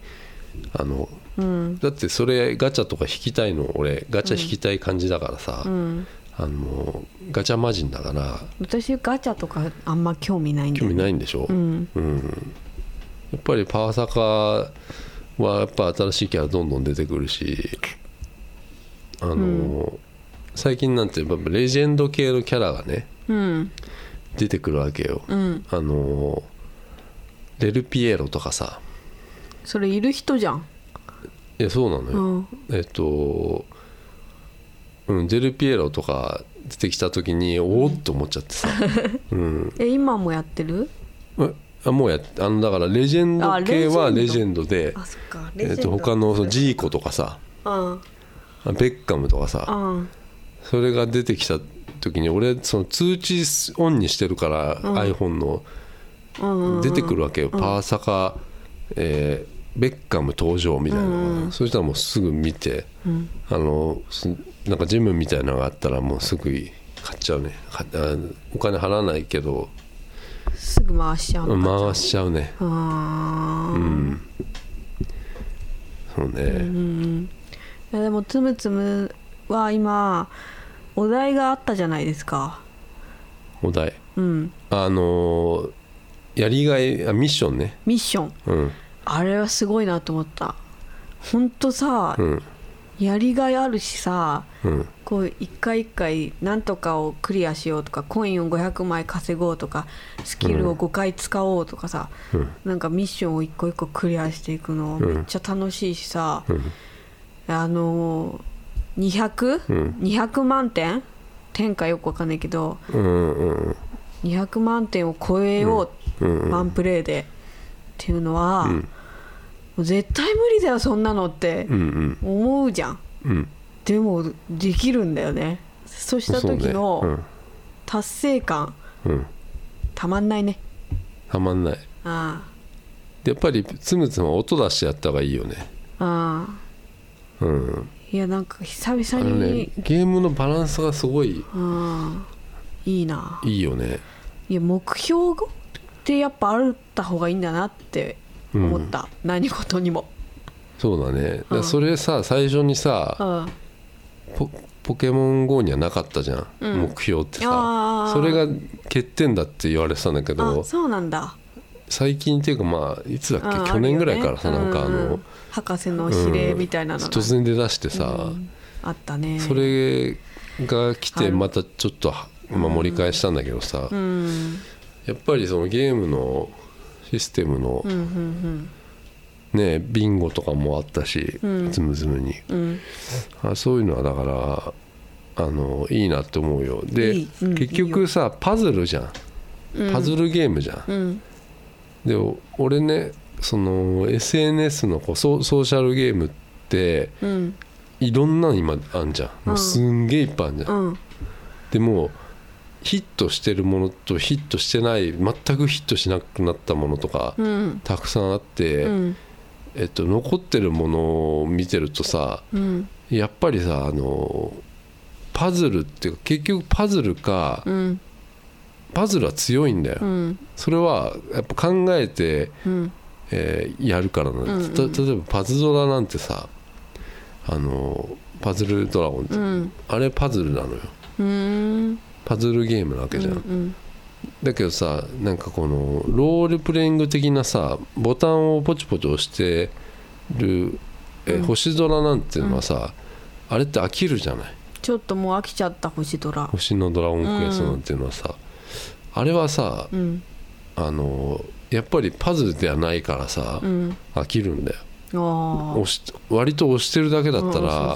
Speaker 1: あの
Speaker 2: うん
Speaker 1: だってそれガチャとか引きたいの俺ガチャ引きたい感じだからさ、
Speaker 2: うん
Speaker 1: あのガチャ魔人だから
Speaker 2: 私ガチャとかあんま興味ないんだ
Speaker 1: 興
Speaker 2: よ
Speaker 1: 味
Speaker 2: ね
Speaker 1: ないんでしょ、
Speaker 2: うん
Speaker 1: うんやっぱりパワサカはやっぱ新しいキャラどんどん出てくるしあの、
Speaker 2: うん
Speaker 1: 最近なんてやっぱレジェンド系のキャラがね
Speaker 2: うん
Speaker 1: 出てくるわけよ
Speaker 2: うん
Speaker 1: あのレルピエロとかさ
Speaker 2: それいる人じゃん
Speaker 1: いやそうなの
Speaker 2: う
Speaker 1: よ、
Speaker 2: ん
Speaker 1: えっとうんデルピエロとか出てきた時におおっと思っちゃっ
Speaker 2: <laughs>
Speaker 1: てさ、うん、
Speaker 2: え今もやってる
Speaker 1: えあもうやっあのだからレジェン
Speaker 2: あ
Speaker 1: ド系
Speaker 2: レジェンド
Speaker 1: はレジェンドで
Speaker 2: あそっか
Speaker 1: えっと他のそのジーコとかさ
Speaker 2: うん
Speaker 1: あベッカムとかさ
Speaker 2: うん
Speaker 1: それが出てきた時に俺その通知オンにしてるから、iPhone の
Speaker 2: うんうん
Speaker 1: 出てくるわけよ、パーサカ、えーベッカム登場みたいなのが、そしたらもうすぐ見て、あのすなんかジムみたいなのがあったらもうすぐ買っちゃうね買っあお金払わないけど
Speaker 2: すぐ回しちゃうのか
Speaker 1: 回しちゃうね
Speaker 2: あー
Speaker 1: そうね、
Speaker 2: いやでもつむつむは今お題があったじゃないですか
Speaker 1: お題
Speaker 2: うん
Speaker 1: あのーやりがいあミッションね
Speaker 2: ミッション
Speaker 1: うん
Speaker 2: あれはすごいなと思ったほんとさ、
Speaker 1: うん
Speaker 2: やりがいあるしさ
Speaker 1: うん
Speaker 2: こう一回一回何とかをクリアしようとかコインを500枚稼ごうとかスキルを5回使おうとかさ、なんかミッションを一個一個クリアしていくの
Speaker 1: うん
Speaker 2: めっちゃ楽しいしさ、
Speaker 1: うん
Speaker 2: あのー
Speaker 1: う
Speaker 2: 200?200、
Speaker 1: ん
Speaker 2: 200万点点かよくわかんないけど
Speaker 1: うんうん
Speaker 2: 200万点を超えよう、
Speaker 1: うんうん
Speaker 2: ワンプレーでっていうのは、
Speaker 1: ん
Speaker 2: もう絶対無理だよそんなのって
Speaker 1: うんうん
Speaker 2: 思うじゃん、
Speaker 1: うん
Speaker 2: でもできるんだよねそうした時
Speaker 1: そうね
Speaker 2: の達成感
Speaker 1: うんうん
Speaker 2: たまんないね
Speaker 1: たまんない
Speaker 2: あ
Speaker 1: でやっぱりつむつむは音出してやった方がいいよね
Speaker 2: あああ
Speaker 1: うん
Speaker 2: いやなんか久
Speaker 1: あ
Speaker 2: 々
Speaker 1: の
Speaker 2: に、
Speaker 1: ねゲームのバランスがすごい
Speaker 2: うんいいない
Speaker 1: いよね
Speaker 2: いや目標ってやっぱあった方がいいんだなって思った、何事にも、
Speaker 1: そうだねだか
Speaker 2: う
Speaker 1: ら
Speaker 2: ん
Speaker 1: それさ最初に
Speaker 2: う
Speaker 1: さ
Speaker 2: ん、
Speaker 1: ポポケモン GO にはなかったじゃん、
Speaker 2: うん
Speaker 1: 目標って
Speaker 2: あ
Speaker 1: さ
Speaker 2: ー
Speaker 1: それが欠点だって言われてたんだけ
Speaker 2: あ
Speaker 1: ど
Speaker 2: そうなんだ
Speaker 1: 最近っていうかまあいつだっ
Speaker 2: うん
Speaker 1: け
Speaker 2: あ
Speaker 1: 去
Speaker 2: る
Speaker 1: 年
Speaker 2: よね
Speaker 1: ぐらいからさ、なんかあ
Speaker 2: うんう
Speaker 1: の
Speaker 2: ん博士の指令
Speaker 1: うん
Speaker 2: みたいなのが、
Speaker 1: 突然出だしてさ、
Speaker 2: うんあったね
Speaker 1: それが来
Speaker 2: あ
Speaker 1: て
Speaker 2: る
Speaker 1: またちょっとは、まあ、盛り返したんだけどさ、
Speaker 2: うん
Speaker 1: やっぱりそのゲームのシステムの
Speaker 2: うんうん
Speaker 1: ね、ビンゴとかもあったし、
Speaker 2: うん
Speaker 1: ズムズムに
Speaker 2: うんうん
Speaker 1: あそういうのはだからあのいいなって思うよで
Speaker 2: いいうん
Speaker 1: 結局さパズルじゃん
Speaker 2: うん
Speaker 1: パズルゲームじゃん、
Speaker 2: うん
Speaker 1: でお俺ねその SNS のこうソソーシャルゲームって
Speaker 2: うん
Speaker 1: いろんなの今あんじゃんもうすんげえいっぱいあんじゃん、
Speaker 2: うん
Speaker 1: でもうヒットしてるものとヒットしてない全くヒットしなくなったものとか、
Speaker 2: うん
Speaker 1: たくさんあって、
Speaker 2: うん
Speaker 1: えっと、残ってるものを見てるとさ
Speaker 2: うん
Speaker 1: やっぱりさあのパズルっていうか結局パズルか
Speaker 2: うん
Speaker 1: パズルは強いんだよ、
Speaker 2: うん
Speaker 1: それはやっぱ考えて、
Speaker 2: うん
Speaker 1: えーやるからなんだ、
Speaker 2: うんうん
Speaker 1: た例えばパズドラなんてさあのパズルドラゴンって、
Speaker 2: うん
Speaker 1: あれパズルなのよ
Speaker 2: うん
Speaker 1: パズルゲームなわけじゃん、
Speaker 2: うん
Speaker 1: だけどさなんかこのロールプレイング的なさボタンをポチポチ押してるえ、
Speaker 2: うん
Speaker 1: 星空なんていうのはさ、あれって飽きるじゃない
Speaker 2: ちょっともう飽きちゃった星ドラ
Speaker 1: 星のドラゴンクエストなんていうのはさ、あれはさ
Speaker 2: うん
Speaker 1: あのやっぱりパズルではないからさ、
Speaker 2: うん
Speaker 1: 飽きるんだよ
Speaker 2: あ
Speaker 1: 押し割と押してるだけだったら、
Speaker 2: ら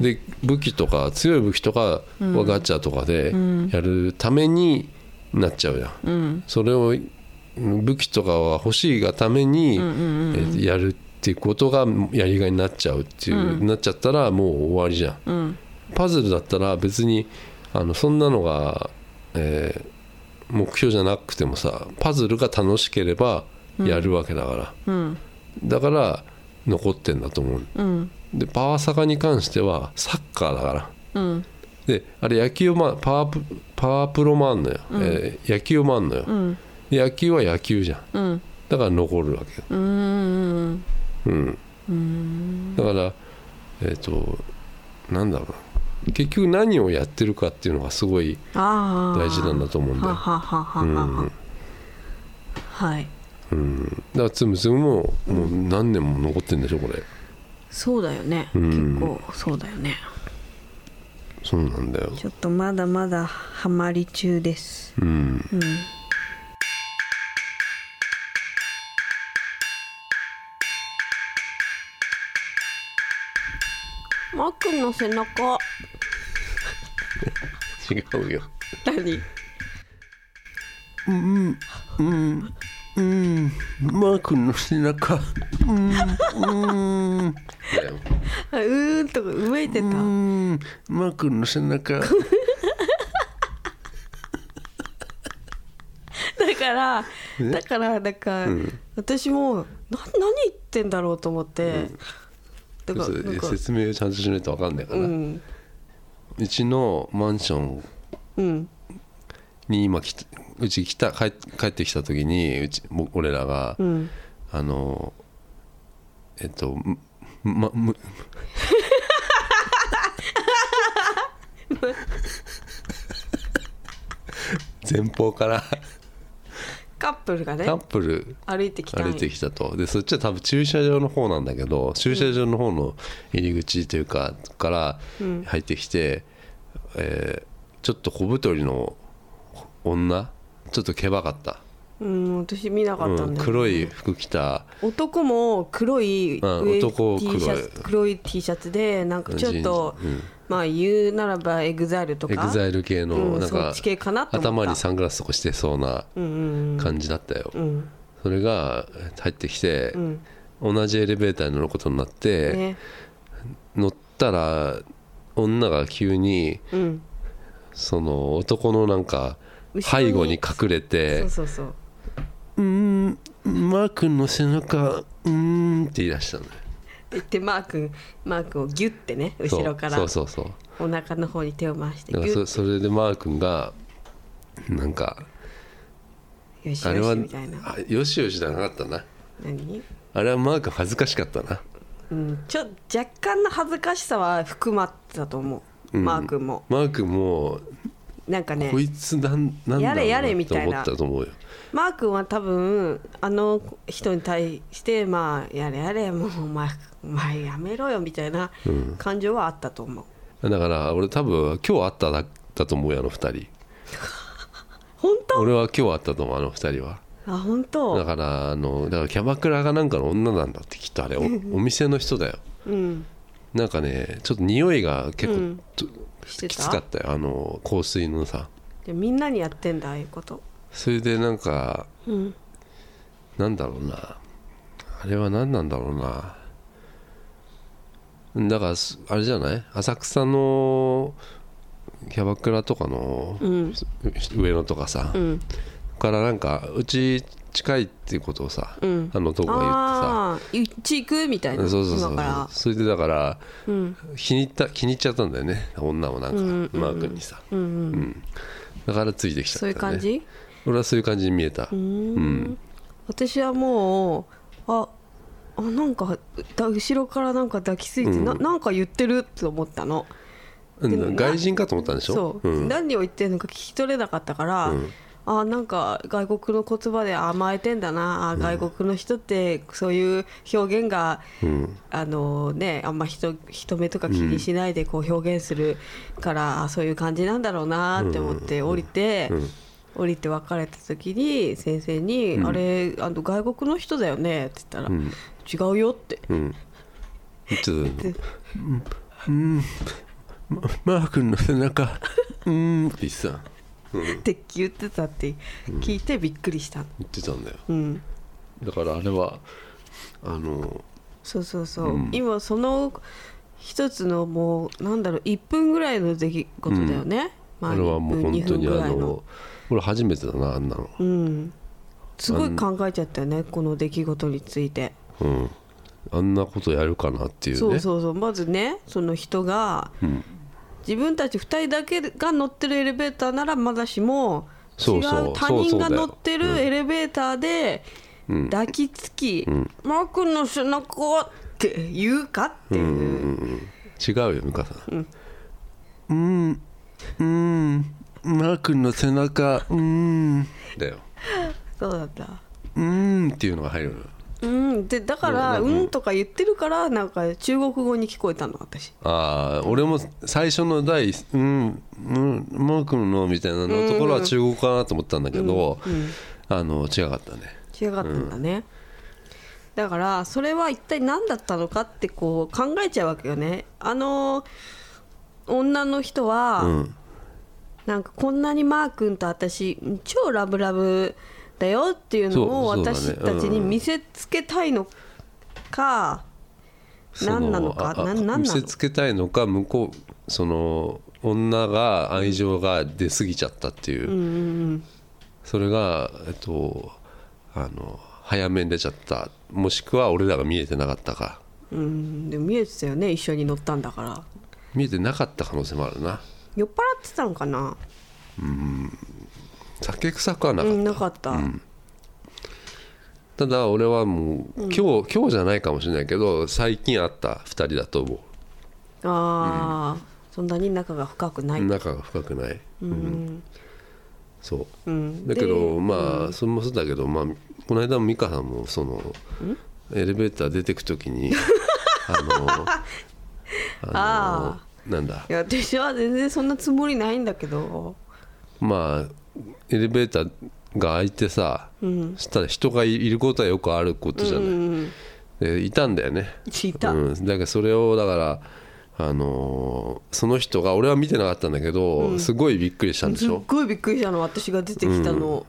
Speaker 1: で武器とか強い武器とかは
Speaker 2: うん
Speaker 1: ガチャとかで
Speaker 2: うん
Speaker 1: やるためになっちゃうじゃん
Speaker 2: うん
Speaker 1: それを武器とかは欲しいがために、
Speaker 2: うんうん
Speaker 1: えーやるっていうことがやりがいになっちゃうっていう、
Speaker 2: うん
Speaker 1: なっちゃったらもう終わりじゃん
Speaker 2: うん
Speaker 1: パズルだったら別にあのそんなのが、えー目標じゃなくてもさパズルが楽しければやるわけだから、
Speaker 2: うん
Speaker 1: だから残ってんだと思う
Speaker 2: うん
Speaker 1: でパワサカに関してはサッカーだから
Speaker 2: うん
Speaker 1: であれ野球もパワープパワープロもあんのよ、
Speaker 2: うん
Speaker 1: えー野球もあんのよ
Speaker 2: うん
Speaker 1: で野球は野球じゃん
Speaker 2: うん
Speaker 1: だから残るわけよ
Speaker 2: うんうん
Speaker 1: うん
Speaker 2: うん
Speaker 1: だからえっ、となんだろうな結局何をやってるかっていうのがすごい
Speaker 2: ああ
Speaker 1: 大事なんだと思うんだ
Speaker 2: は
Speaker 1: よ、
Speaker 2: ははは
Speaker 1: う
Speaker 2: は
Speaker 1: ん
Speaker 2: はい
Speaker 1: うん、だからつむつむももう何年も残ってんでしょこれ
Speaker 2: そうだよね、
Speaker 1: うん
Speaker 2: 結構そうだよね
Speaker 1: そうなんだよ
Speaker 2: ちょっとまだまだハマり中です
Speaker 1: うん
Speaker 2: うんマックンの背中
Speaker 1: 違うよ
Speaker 2: 何 <laughs>
Speaker 1: うんマー君の背 <laughs> 中うんうんだよ
Speaker 2: あうーんとかうめいてた
Speaker 1: んマー君の背 <laughs> 中
Speaker 2: だからだからなんか、私もな何言ってんだろうと思って、だからなんか
Speaker 1: 説明をちゃんとしないと分かんないか
Speaker 2: う
Speaker 1: ら、うんちのマンション
Speaker 2: うん
Speaker 1: に今来たうち来た帰っ帰ってきた時にうち僕俺らが、
Speaker 2: うん
Speaker 1: あのえっとむま
Speaker 2: <laughs>
Speaker 1: む前方から
Speaker 2: カップルがね
Speaker 1: カップル
Speaker 2: 歩いてきたん
Speaker 1: 歩
Speaker 2: よ
Speaker 1: いてきたとでそっちは多分駐車場の方なんだけど駐車場の方の入り口というかから入ってきて、えーちょっと小太りの女ちょっとけばかった、
Speaker 2: うん私見なかった
Speaker 1: うんん、
Speaker 2: だよ、
Speaker 1: 黒い服着た
Speaker 2: 男も黒い
Speaker 1: うん
Speaker 2: 上
Speaker 1: 男を
Speaker 2: T
Speaker 1: 黒い
Speaker 2: シャツ黒い T シャツでなんかちょっと、
Speaker 1: ジーンズ
Speaker 2: まあ言うならばエグザイルとか
Speaker 1: エグザイル系
Speaker 2: う
Speaker 1: の
Speaker 2: ん
Speaker 1: なん
Speaker 2: そ
Speaker 1: か
Speaker 2: っち系かなと思った
Speaker 1: 頭にサングラスとかしてそうな
Speaker 2: うんうん
Speaker 1: 感じだったよ、
Speaker 2: うん
Speaker 1: それが入ってきて、
Speaker 2: うん
Speaker 1: 同じエレベーターに乗ることになって、
Speaker 2: ね
Speaker 1: 乗ったら女が急に
Speaker 2: うん
Speaker 1: その男のなんか
Speaker 2: 後ろに
Speaker 1: 背後に隠れて
Speaker 2: そうそうそう
Speaker 1: 「うーんマー君の背中うーん」って言い出したのよ
Speaker 2: 言ってマー君マー君をギュッてね
Speaker 1: そう
Speaker 2: 後ろから
Speaker 1: そうそうそう
Speaker 2: お腹の方に手を回してギ
Speaker 1: だ
Speaker 2: ュ
Speaker 1: か
Speaker 2: ッ
Speaker 1: ら
Speaker 2: よ
Speaker 1: そそれでマー君がなんか
Speaker 2: しよし
Speaker 1: あれは
Speaker 2: みたいな
Speaker 1: あよしよしじゃなかったな
Speaker 2: 何
Speaker 1: あれはマー君恥ずかしかったな
Speaker 2: うんちょ若干の恥ずかしさは含まってたと思
Speaker 1: う
Speaker 2: う、
Speaker 1: ん
Speaker 2: マー君も
Speaker 1: マー君も
Speaker 2: なんかね
Speaker 1: こいつなんなんだ
Speaker 2: や
Speaker 1: ろ
Speaker 2: れやれ
Speaker 1: うな
Speaker 2: み
Speaker 1: と
Speaker 2: たい
Speaker 1: 思
Speaker 2: な
Speaker 1: ったと思うよ
Speaker 2: マー君は多分あの人に対してまあやれやれもうお前お前やめろよみたいな感情はあったと思う、
Speaker 1: だから俺多分今日会っただだと思うよあの二人
Speaker 2: 本当
Speaker 1: 俺は今日会ったと思うあの二人は
Speaker 2: あ本
Speaker 1: だ
Speaker 2: 当
Speaker 1: からあのだからキャバクラがなんかの女なんだってきっとあれおお店の人だよ
Speaker 2: うん
Speaker 1: なんかねちょっと匂いが結構、
Speaker 2: うん
Speaker 1: と
Speaker 2: して
Speaker 1: きつか
Speaker 2: た
Speaker 1: ったよあの香水のさ
Speaker 2: でみんなにやってんだああいうこと
Speaker 1: それでなんか
Speaker 2: うん
Speaker 1: なんだろうなあれは何なんだろうなだからすあれじゃない浅草のキャバクラとかの
Speaker 2: うん
Speaker 1: 上野とかさ、
Speaker 2: うん
Speaker 1: からなんかうち近いっていうことをさ、
Speaker 2: うん
Speaker 1: あの男が
Speaker 2: ああーうち行くみたい
Speaker 1: 言って
Speaker 2: な
Speaker 1: さそうそうそう
Speaker 2: 今から
Speaker 1: それでだから
Speaker 2: うん
Speaker 1: 気に入った気に入っちゃったんだよね女もなんか、
Speaker 2: うんうんうん
Speaker 1: マー君にさ、
Speaker 2: うん
Speaker 1: う
Speaker 2: うんん
Speaker 1: だからついてきちゃった、
Speaker 2: そう
Speaker 1: ね、
Speaker 2: いう感じ
Speaker 1: 俺はそういう感じに見えた、
Speaker 2: うーん
Speaker 1: うん
Speaker 2: 私はもうああなんかだ後ろからなんか抱きついて、
Speaker 1: うん
Speaker 2: ななんか言ってるって思ったの
Speaker 1: うん
Speaker 2: でもな
Speaker 1: 外人かと思ったんでしょ
Speaker 2: そう、
Speaker 1: ん
Speaker 2: 何を言ってるのか聞き取れなかったから、
Speaker 1: うん
Speaker 2: あなんか外国の言葉で甘えてんだなあ外国の人ってそういう表現が、
Speaker 1: うん
Speaker 2: あのね、あんま人人目とか気にしないでこう表現するから、あそういう感じなんだろうなって思って降りて、
Speaker 1: うん
Speaker 2: 降りて別れた時に先生に
Speaker 1: う
Speaker 2: 「
Speaker 1: ん
Speaker 2: あれあの外国の人だよね」って言ったら「
Speaker 1: うん
Speaker 2: 違うよ」 <laughs> って
Speaker 1: うんちょっと
Speaker 2: で
Speaker 1: うんママー君の背中うんって言ってた
Speaker 2: って言ってたって聞いてびっくりした、
Speaker 1: 言ってたんだよ
Speaker 2: うん、
Speaker 1: だからあれはあの
Speaker 2: そうそうそう、
Speaker 1: うん
Speaker 2: 今その一つのもうなんだろう1分ぐらいの出来事だよね、ま
Speaker 1: あれはもう本当にあの俺初めてだなあんなの
Speaker 2: うんすごい考えちゃったよねこの出来事について。
Speaker 1: うんあんなことやるかなっていうね
Speaker 2: そうそうそうまずねその人が
Speaker 1: うん
Speaker 2: 自分たち2人だけが乗ってるエレベーターならまだしも
Speaker 1: そうそう
Speaker 2: 違う他人が
Speaker 1: そうそうだ
Speaker 2: 乗
Speaker 1: よ
Speaker 2: ってるエレベーターで
Speaker 1: うん
Speaker 2: 抱きつき
Speaker 1: うん
Speaker 2: 「マー君の背中を」って言うかって
Speaker 1: う
Speaker 2: い
Speaker 1: んう
Speaker 2: う、
Speaker 1: んうん違うよ美香さんうんうんマー君の背中うんだよ
Speaker 2: そうだった。
Speaker 1: うんっていうのが入るのよ
Speaker 2: うん、でだから「うん」とか言ってるからなんか中国語に聞こえたの私
Speaker 1: ああ俺も最初の第一「うんうんマー君の」みたいなのところは中国かなと思ったんだけど、あの違かったね
Speaker 2: 違かったんだね、だからそれは一体何だったのかってこう考えちゃうわけよねあの女の人は、
Speaker 1: うん
Speaker 2: なんかこんなにマー君と私超ラブラブだよっていうのを
Speaker 1: そうそうだね
Speaker 2: 私たちに見せつけたいのか、何なのか
Speaker 1: そああ
Speaker 2: な何なの
Speaker 1: 見せつけたいのか向こうその女が愛情が出過ぎちゃったっていう、
Speaker 2: うんうん
Speaker 1: それがえっとあの早めに出ちゃったもしくは俺らが見えてなかったか
Speaker 2: うんうんでも見えてたよね一緒に乗ったんだから
Speaker 1: 見えてなかった可能性もあるな
Speaker 2: 酔っ払ってたのかな
Speaker 1: 酒臭くはなかった、
Speaker 2: うんなかった、
Speaker 1: ただ俺はもう今日、今日じゃないかもしれないけど最近会った2人だと思う
Speaker 2: ああ、そんなに仲が深くない、
Speaker 1: 仲が深くない、
Speaker 2: うん
Speaker 1: そう
Speaker 2: うん
Speaker 1: だけ
Speaker 2: で
Speaker 1: どまあ、それもそうだけど、まあ、この間も美香さんもそのエレベーター出てく時
Speaker 2: <laughs>
Speaker 1: にあのあの
Speaker 2: あ
Speaker 1: なんだ
Speaker 2: いや私は全然そんなつもりないんだけど
Speaker 1: まあエレベーターが開いてさ、
Speaker 2: うん
Speaker 1: そしたら人がいいることはよくあることじゃ
Speaker 2: う
Speaker 1: ない、
Speaker 2: ん
Speaker 1: でいたんだよね
Speaker 2: いた
Speaker 1: うん、だからそれをだからあのーその人が俺は見てなかったんだけど、すごいびっくりしたんですし
Speaker 2: っ
Speaker 1: ょ、
Speaker 2: ごいびっくりしたの私が出てきたの、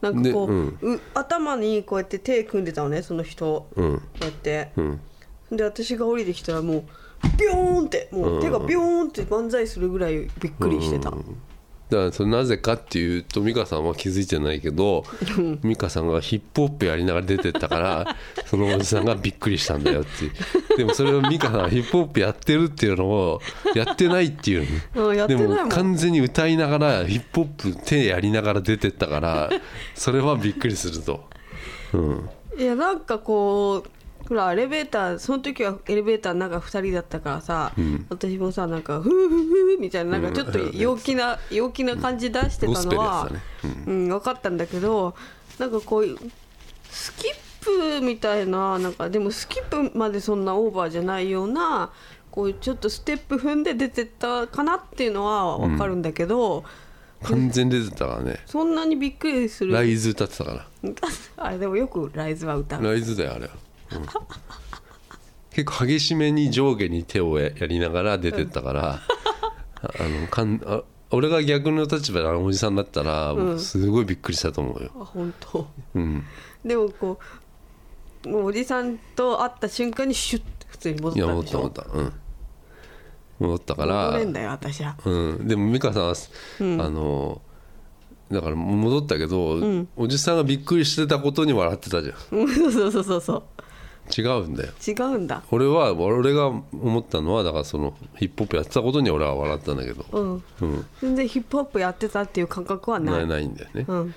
Speaker 2: なんかこう、
Speaker 1: で
Speaker 2: う頭にこうやって手組んでたのねその人、
Speaker 1: うん
Speaker 2: こうやって
Speaker 1: う、ん、
Speaker 2: で私が降りてきたらもうビョーンってもう手がビョーンって万歳するぐらいびっくりしてた、
Speaker 1: うんだからそれなぜかっていうと美香さんは気づいてないけど美香さんがヒップホップやりながら出てったから
Speaker 2: <laughs>
Speaker 1: そのおじさんがびっくりしたんだよってでもそれを美香さんはヒップホップやってるっていうのをやってないっていう
Speaker 2: うんや
Speaker 1: の
Speaker 2: って
Speaker 1: で
Speaker 2: ないもん
Speaker 1: も完全に歌いながらヒップホップ手やりながら出てったからそれはびっくりすると。うん
Speaker 2: いやなんかこうほらエレベーターその時はエレベーターなんか2人だったからさ、私もさなんか「ふうふうふう」みたいななんかちょっと陽気な、陽気な感じ出して
Speaker 1: ゴ
Speaker 2: た
Speaker 1: スペ
Speaker 2: の
Speaker 1: ルやって
Speaker 2: は
Speaker 1: たね
Speaker 2: うん、分かったんだけどなんかこういうスキップみたいななんかでもスキップまでそんなオーバーじゃないようなこういうちょっとステップ踏んで出てったかなっていうのは分かるんだけど、
Speaker 1: 完全に出てたからね
Speaker 2: そんなにびっくりする
Speaker 1: ライズ歌ってたから。
Speaker 2: <laughs> あれでもよくライズは歌う
Speaker 1: ライズだよあれは、うん結構激しめに上下に手をやりながら出てったからああのかんあ俺が逆の立場であのおじさんだったら、すごいびっくりしたと思うよ、
Speaker 2: あ本当
Speaker 1: うん、
Speaker 2: でもこうもうおじさんと会った瞬間にシュッて普通に戻
Speaker 1: いや
Speaker 2: ったん
Speaker 1: 戻っ
Speaker 2: でしたょ
Speaker 1: 戻ったうん戻ったか
Speaker 2: 戻
Speaker 1: ら
Speaker 2: れんだよ私は
Speaker 1: うん、でも美香さんは、あのだから戻ったけど、おじさんがびっくりしてたことに笑ってたじゃ
Speaker 2: うんそうそうそうそうそうん
Speaker 1: 違うんだよ
Speaker 2: 違うんだ
Speaker 1: 俺は俺が思ったのはだからそのヒップホップやってたことに俺は笑ったんだけど、
Speaker 2: うん
Speaker 1: うん、
Speaker 2: 全然ヒップホップやってたっていう感覚はない
Speaker 1: ないないんだよね、
Speaker 2: うん、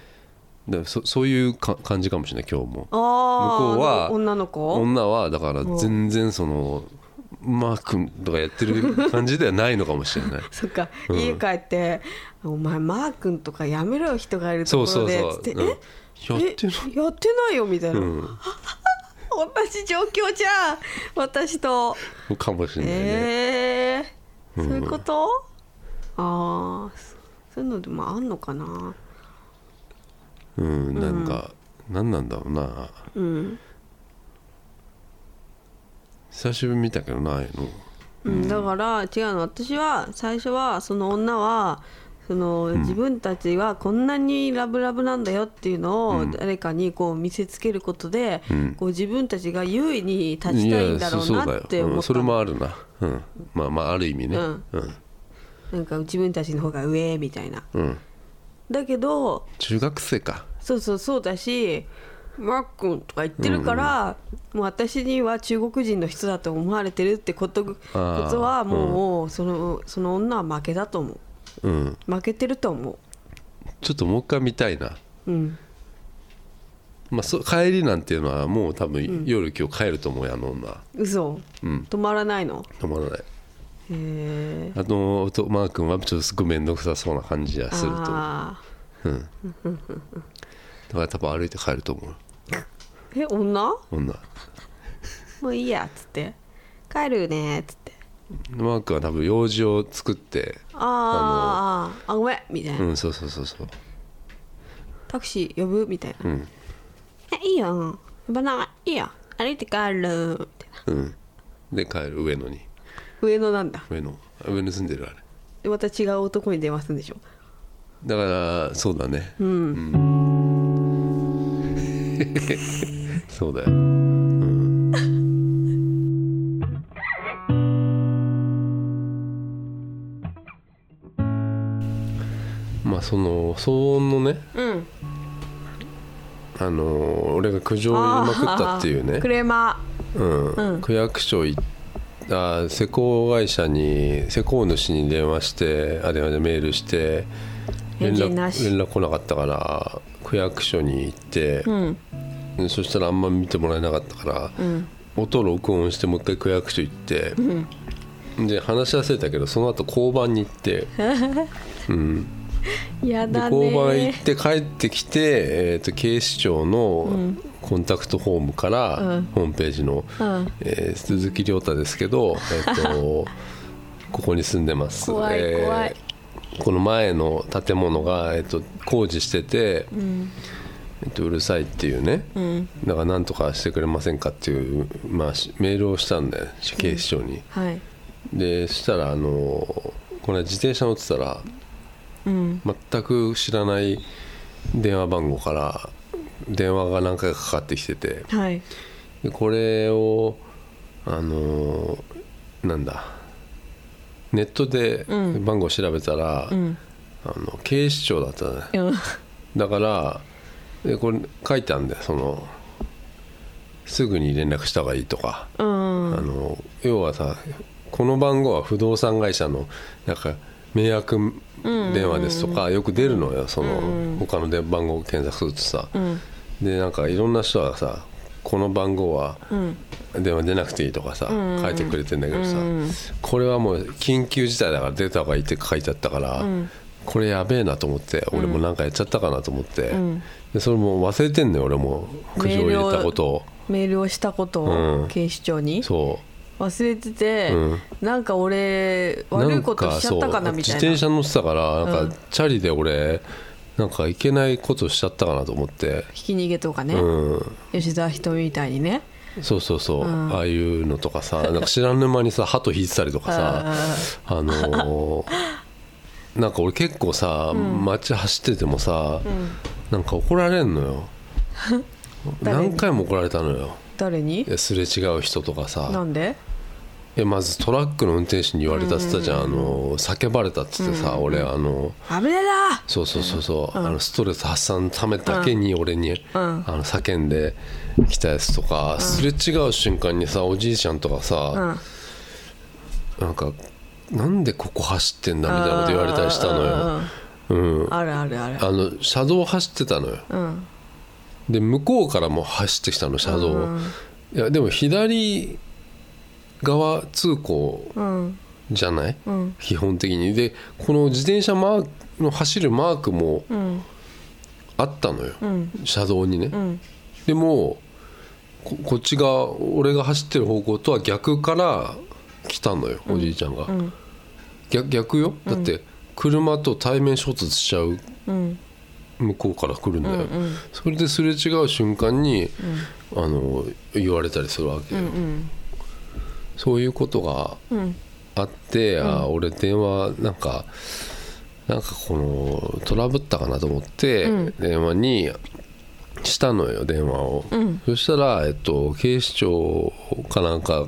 Speaker 1: だからそそういうか感じかもしれない今日も
Speaker 2: ああ
Speaker 1: 向こうは
Speaker 2: 女の子
Speaker 1: 女はだから全然そのマー君とかやって
Speaker 2: <laughs>
Speaker 1: る感じではないのかもしれない
Speaker 2: そっか、
Speaker 1: うん
Speaker 2: 家帰って「お前マー君とかやめろよ人がいる
Speaker 1: そ
Speaker 2: と
Speaker 1: う
Speaker 2: こ
Speaker 1: そ
Speaker 2: ろ
Speaker 1: う
Speaker 2: で」
Speaker 1: そ
Speaker 2: つ
Speaker 1: う
Speaker 2: って「
Speaker 1: うん
Speaker 2: え
Speaker 1: やってる
Speaker 2: えやってないよ」みたいな、 <laughs>
Speaker 1: うん
Speaker 2: 同じ状況じゃん私と。
Speaker 1: かもしれないね、
Speaker 2: ええー、そういうこと、ああそういうのでもあんのかな
Speaker 1: うんなんか、なん、なんだろうな
Speaker 2: うん、
Speaker 1: 久しぶりに見たけどないの
Speaker 2: うん、だから違うの私は最初はその女はその自分たちはこんなにラブラブなんだよっていうのを誰かにこう見せつけることで、
Speaker 1: ん
Speaker 2: こう自分たちが優位に立ちたいんだろうなって
Speaker 1: う
Speaker 2: 思
Speaker 1: ん、
Speaker 2: っ
Speaker 1: それ
Speaker 2: たの
Speaker 1: もあるな、うん、まあまあある意味ね
Speaker 2: うん
Speaker 1: うん、
Speaker 2: なんか自分たちの方が上みたいな
Speaker 1: うん
Speaker 2: だけど
Speaker 1: 中学生か
Speaker 2: そうそうそうだしマックンとか言ってるから、もう私には中国人の人だと思われてるってことこ
Speaker 1: あー
Speaker 2: とはもう、そのその女は負けだと思
Speaker 1: う
Speaker 2: う
Speaker 1: ん
Speaker 2: 負けてると思
Speaker 1: ちょっともう一回見たいな
Speaker 2: ううん
Speaker 1: まあ、そ帰りなんていうのはもう多分夜今日帰ると思うよあの女
Speaker 2: 嘘、
Speaker 1: うん
Speaker 2: 止まらないの
Speaker 1: 止まらない
Speaker 2: へえ
Speaker 1: あのとマー君はちょっとすごい面倒くさそうな感じがすると思う
Speaker 2: あ
Speaker 1: だから多分歩いて帰ると思う
Speaker 2: ーえ女
Speaker 1: 女
Speaker 2: もういいやっつって帰るねっつって
Speaker 1: マー君は多分用事を作って
Speaker 2: あーあーあごめんみたいな、
Speaker 1: うんそうそうそうそう
Speaker 2: タクシー呼ぶみたいな、
Speaker 1: ん
Speaker 2: えいいよ呼ばないいいよ歩いて帰るみたいな
Speaker 1: うんで帰る上野に
Speaker 2: 上野なんだ
Speaker 1: 上野上野住んでるあれ
Speaker 2: でまた違う男に電話するんでしょ
Speaker 1: だからそうだねうん、 <laughs> そうだようんまあその騒音のね
Speaker 2: うん
Speaker 1: あのー俺が苦情を言いまくったっていうね
Speaker 2: ク、レーマ
Speaker 1: うん区役所行った施工会社に施工主に電話してあ電話でメールして連
Speaker 2: 返事
Speaker 1: 絡
Speaker 2: なし
Speaker 1: 連絡来なかったから区役所に行って、
Speaker 2: ーうん
Speaker 1: でそしたらあんま見てもらえなかったから、
Speaker 2: うん
Speaker 1: 音録音してもう一回区役所行って、
Speaker 2: ん
Speaker 1: で話し合わせたけどその後交番に行って、うん、
Speaker 2: や
Speaker 1: で
Speaker 2: だね
Speaker 1: 交番行って帰ってきて、えー、と警視庁のコンタクトホームから、
Speaker 2: うん
Speaker 1: ホームページの、
Speaker 2: うん
Speaker 1: えー鈴木亮太ですけ
Speaker 2: <laughs>
Speaker 1: ど、えー、とここに住んでます
Speaker 2: 怖い
Speaker 1: えー
Speaker 2: 怖い
Speaker 1: この前の建物が、えー、と工事してて、
Speaker 2: うん
Speaker 1: えー、とうるさいっていうね
Speaker 2: うん
Speaker 1: だからなんとかしてくれませんかっていう、まあ、しメールをしたんだよ警視庁に、
Speaker 2: はい
Speaker 1: でそしたらあのーこの間自転車乗ってたら
Speaker 2: うん
Speaker 1: 全く知らない電話番号から電話が何回かかかってきてて
Speaker 2: はい
Speaker 1: でこれをあのーなんだネットで
Speaker 2: うん
Speaker 1: 番号調べたら、
Speaker 2: うん
Speaker 1: あの警視庁だったね
Speaker 2: うん
Speaker 1: だからえこれ書いてあるんだよそのすぐに連絡した方がいいとか、
Speaker 2: うん
Speaker 1: あの要はさこの番号は不動産会社のなんか迷惑電話ですとか、よく出るのよその、他ので番号を検索するとさ、
Speaker 2: うん
Speaker 1: でなんかいろんな人はさこの番号は
Speaker 2: うん
Speaker 1: 電話出なくていいとかさ、書いてくれてんだけどさ、
Speaker 2: うん
Speaker 1: これはもう緊急事態だから出た方がいいって書いてあったから、これやべえなと思って俺もなんかやっちゃったかなと思って、
Speaker 2: ん
Speaker 1: でそれも忘れてんのよ俺も苦情入れたことを
Speaker 2: メールをしたこと
Speaker 1: う
Speaker 2: を
Speaker 1: ん
Speaker 2: 警視庁に
Speaker 1: そ
Speaker 2: 忘れてて、
Speaker 1: うん
Speaker 2: なんか俺
Speaker 1: う
Speaker 2: 悪いことしちゃったかな
Speaker 1: そう
Speaker 2: みたいな
Speaker 1: 自転車乗ってたからなんかチャリで俺なんかいけないことしちゃったかなと思って、
Speaker 2: ひき逃げとかね、
Speaker 1: うん、
Speaker 2: 吉沢ひとみみたいにね
Speaker 1: そうそうそう、
Speaker 2: うん
Speaker 1: ああいうのとかさなんか知らぬ間にさ鳩引いてたりとかさあのーなんか俺結構さ、街走っててもさ、なんか怒られんのよ
Speaker 2: <laughs> 誰に
Speaker 1: 何回も怒られたのよ
Speaker 2: 誰に
Speaker 1: いやすれ違う人とか
Speaker 2: な
Speaker 1: さ
Speaker 2: んで
Speaker 1: いやまずトラックの運転手に言われたって言ったじゃん、あのー叫ばれたっつってさ、俺あのー
Speaker 2: 危ねえな
Speaker 1: そうそうそうそう、あのストレス発散のためだけに俺に、あの叫んできたやつとか、すれ違う瞬間にさおじいちゃんとかさ、なんかなんでここ走ってんだみたいなこと言われたりしたのよ、うん、
Speaker 2: あるあるある
Speaker 1: あの車道走ってたのよ、
Speaker 2: ん
Speaker 1: で向こうからも走ってきたの車道、いやでも左側通行
Speaker 2: うん
Speaker 1: じゃない、
Speaker 2: ん
Speaker 1: 基本的にでこの自転車マークの走るマークも
Speaker 2: うん
Speaker 1: あったのよ、
Speaker 2: うん
Speaker 1: 車道にね、
Speaker 2: うん
Speaker 1: でもここっちが俺が走ってる方向とは逆から来たのよ、おじいちゃんが、
Speaker 2: ん
Speaker 1: 逆逆よだって車と対面衝突しちゃう
Speaker 2: うん
Speaker 1: 向こうから来るんだよ、それですれ違う瞬間に、あの言われたりするわけよ、
Speaker 2: うん
Speaker 1: そういうことが
Speaker 2: うん
Speaker 1: あって、あー俺電話なんかなんかこのトラブったかなと思って、
Speaker 2: うん
Speaker 1: 電話にしたのよ電話を、
Speaker 2: うん
Speaker 1: そしたら、えっと、警視庁かなんか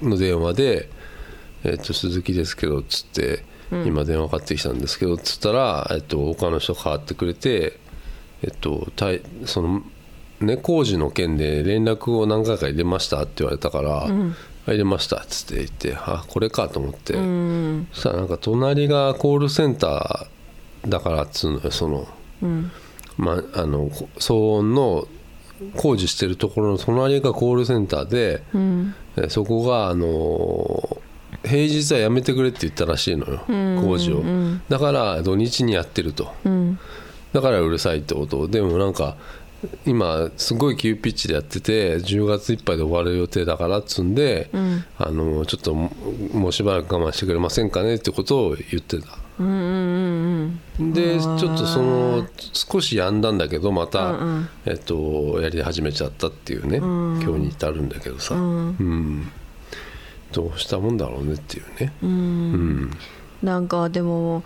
Speaker 1: の電話で「えっと、鈴木ですけど」っつって、今電話かかってきたんですけど」っつったら、えっと、他の人が代わってくれて、えっと、たいそのね工事の件で連絡を何回か入れましたって言われたから「あ入れました」っつって言って「あこれか」と思って、
Speaker 2: うん
Speaker 1: そしたらなんか隣がコールセンターだからっつうのよその。
Speaker 2: うん
Speaker 1: まあ、あのこ騒音の工事してるところの隣がコールセンターで、
Speaker 2: うん
Speaker 1: えそこがあのー平日はやめてくれって言ったらしいのよ、工事をだから土日にやってると
Speaker 2: うん
Speaker 1: だからうるさいってことでもなんか今すごい急ピッチでやってて10月いっぱいで終わる予定だからっつうんで、
Speaker 2: ん
Speaker 1: あのーちょっとももうしばらく我慢してくれませんかねってことを言ってた
Speaker 2: うんうん
Speaker 1: で
Speaker 2: う
Speaker 1: ちょ
Speaker 2: わー
Speaker 1: っとその少しやんだんだけどまた、
Speaker 2: うんうん
Speaker 1: えっと、やり始めちゃったっていうね、
Speaker 2: ん
Speaker 1: 今日に至るんだけどさ、
Speaker 2: うん
Speaker 1: うんどうしたもんだろうねっていうね、
Speaker 2: う
Speaker 1: うんん
Speaker 2: なんかでも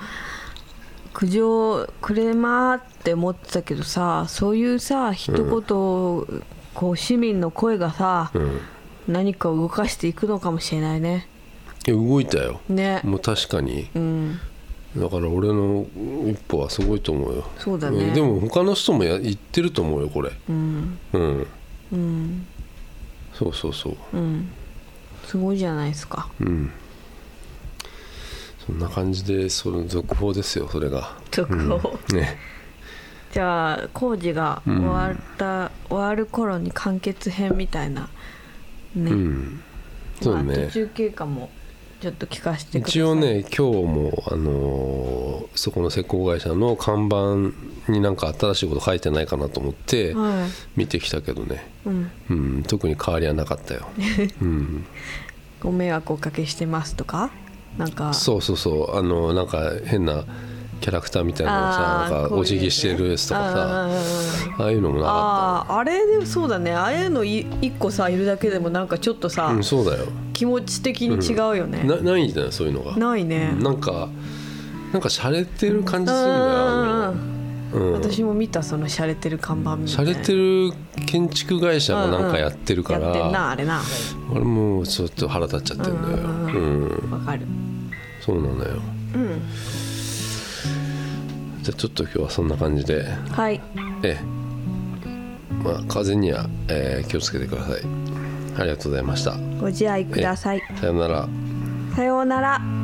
Speaker 2: 苦情クレーマーって思ってたけどさそういうさ一言、こう市民の声がさ、
Speaker 1: うんい
Speaker 2: 何かを動かしていくのかもしれないね
Speaker 1: や動いたよ
Speaker 2: ね
Speaker 1: もう確かに
Speaker 2: うん
Speaker 1: だから俺の一歩はすごいと思うよ
Speaker 2: そうだね
Speaker 1: んでも他の人もや言ってると思うよこれ
Speaker 2: うん
Speaker 1: うん、
Speaker 2: うん
Speaker 1: そうそうそう
Speaker 2: うんすごいじゃないですか
Speaker 1: うんそんな感じでその続報ですよそれが
Speaker 2: 特
Speaker 1: うん
Speaker 2: 報、
Speaker 1: ね
Speaker 2: じゃあ工事が終わった、終わる頃に完結編みたいなね、
Speaker 1: うんそうだ
Speaker 2: まあ
Speaker 1: ね
Speaker 2: 途中経過もちょっと聞かせてください
Speaker 1: 一応ね今日も、あのーそこの施工会社の看板になんか新しいこと書いてないかなと思って
Speaker 2: は
Speaker 1: 見てきたけどね、
Speaker 2: い、うん
Speaker 1: うん、特に変わりはなかったよ、うん、
Speaker 2: ご迷惑をおかけしてますとかなんか
Speaker 1: そうそうそうあのなんか変なキャラクターみたいなのがさ
Speaker 2: あー
Speaker 1: なんか
Speaker 2: こういうね
Speaker 1: お辞儀してるやつとか
Speaker 2: あ
Speaker 1: さ
Speaker 2: ー
Speaker 1: ああいうのもなか
Speaker 2: あーあれでもそうだねああいうのい一個さいるだけでもなんかちょっとさ、
Speaker 1: ったうんそうだよ
Speaker 2: 気持ち的に違うよね、
Speaker 1: なないんじゃないそういうのが
Speaker 2: ないね
Speaker 1: なんかなんか洒落てる感じするんだよあ
Speaker 2: う
Speaker 1: の
Speaker 2: ん
Speaker 1: うん
Speaker 2: 私も見たその洒落てる看板みた
Speaker 1: 洒
Speaker 2: いな
Speaker 1: 落てる建築会社がなんかやってるか
Speaker 2: やってん
Speaker 1: ら、
Speaker 2: なあれな
Speaker 1: 俺もうちょっと腹立っちゃってんだよ、
Speaker 2: うん
Speaker 1: うん
Speaker 2: わかる
Speaker 1: そうなのよ
Speaker 2: うん
Speaker 1: じゃあちょっと今日はそんな感じで
Speaker 2: はい
Speaker 1: ええまあ風邪には、えー気をつけてくださいありがとうございました
Speaker 2: ご自愛ください
Speaker 1: さよなら
Speaker 2: さようなら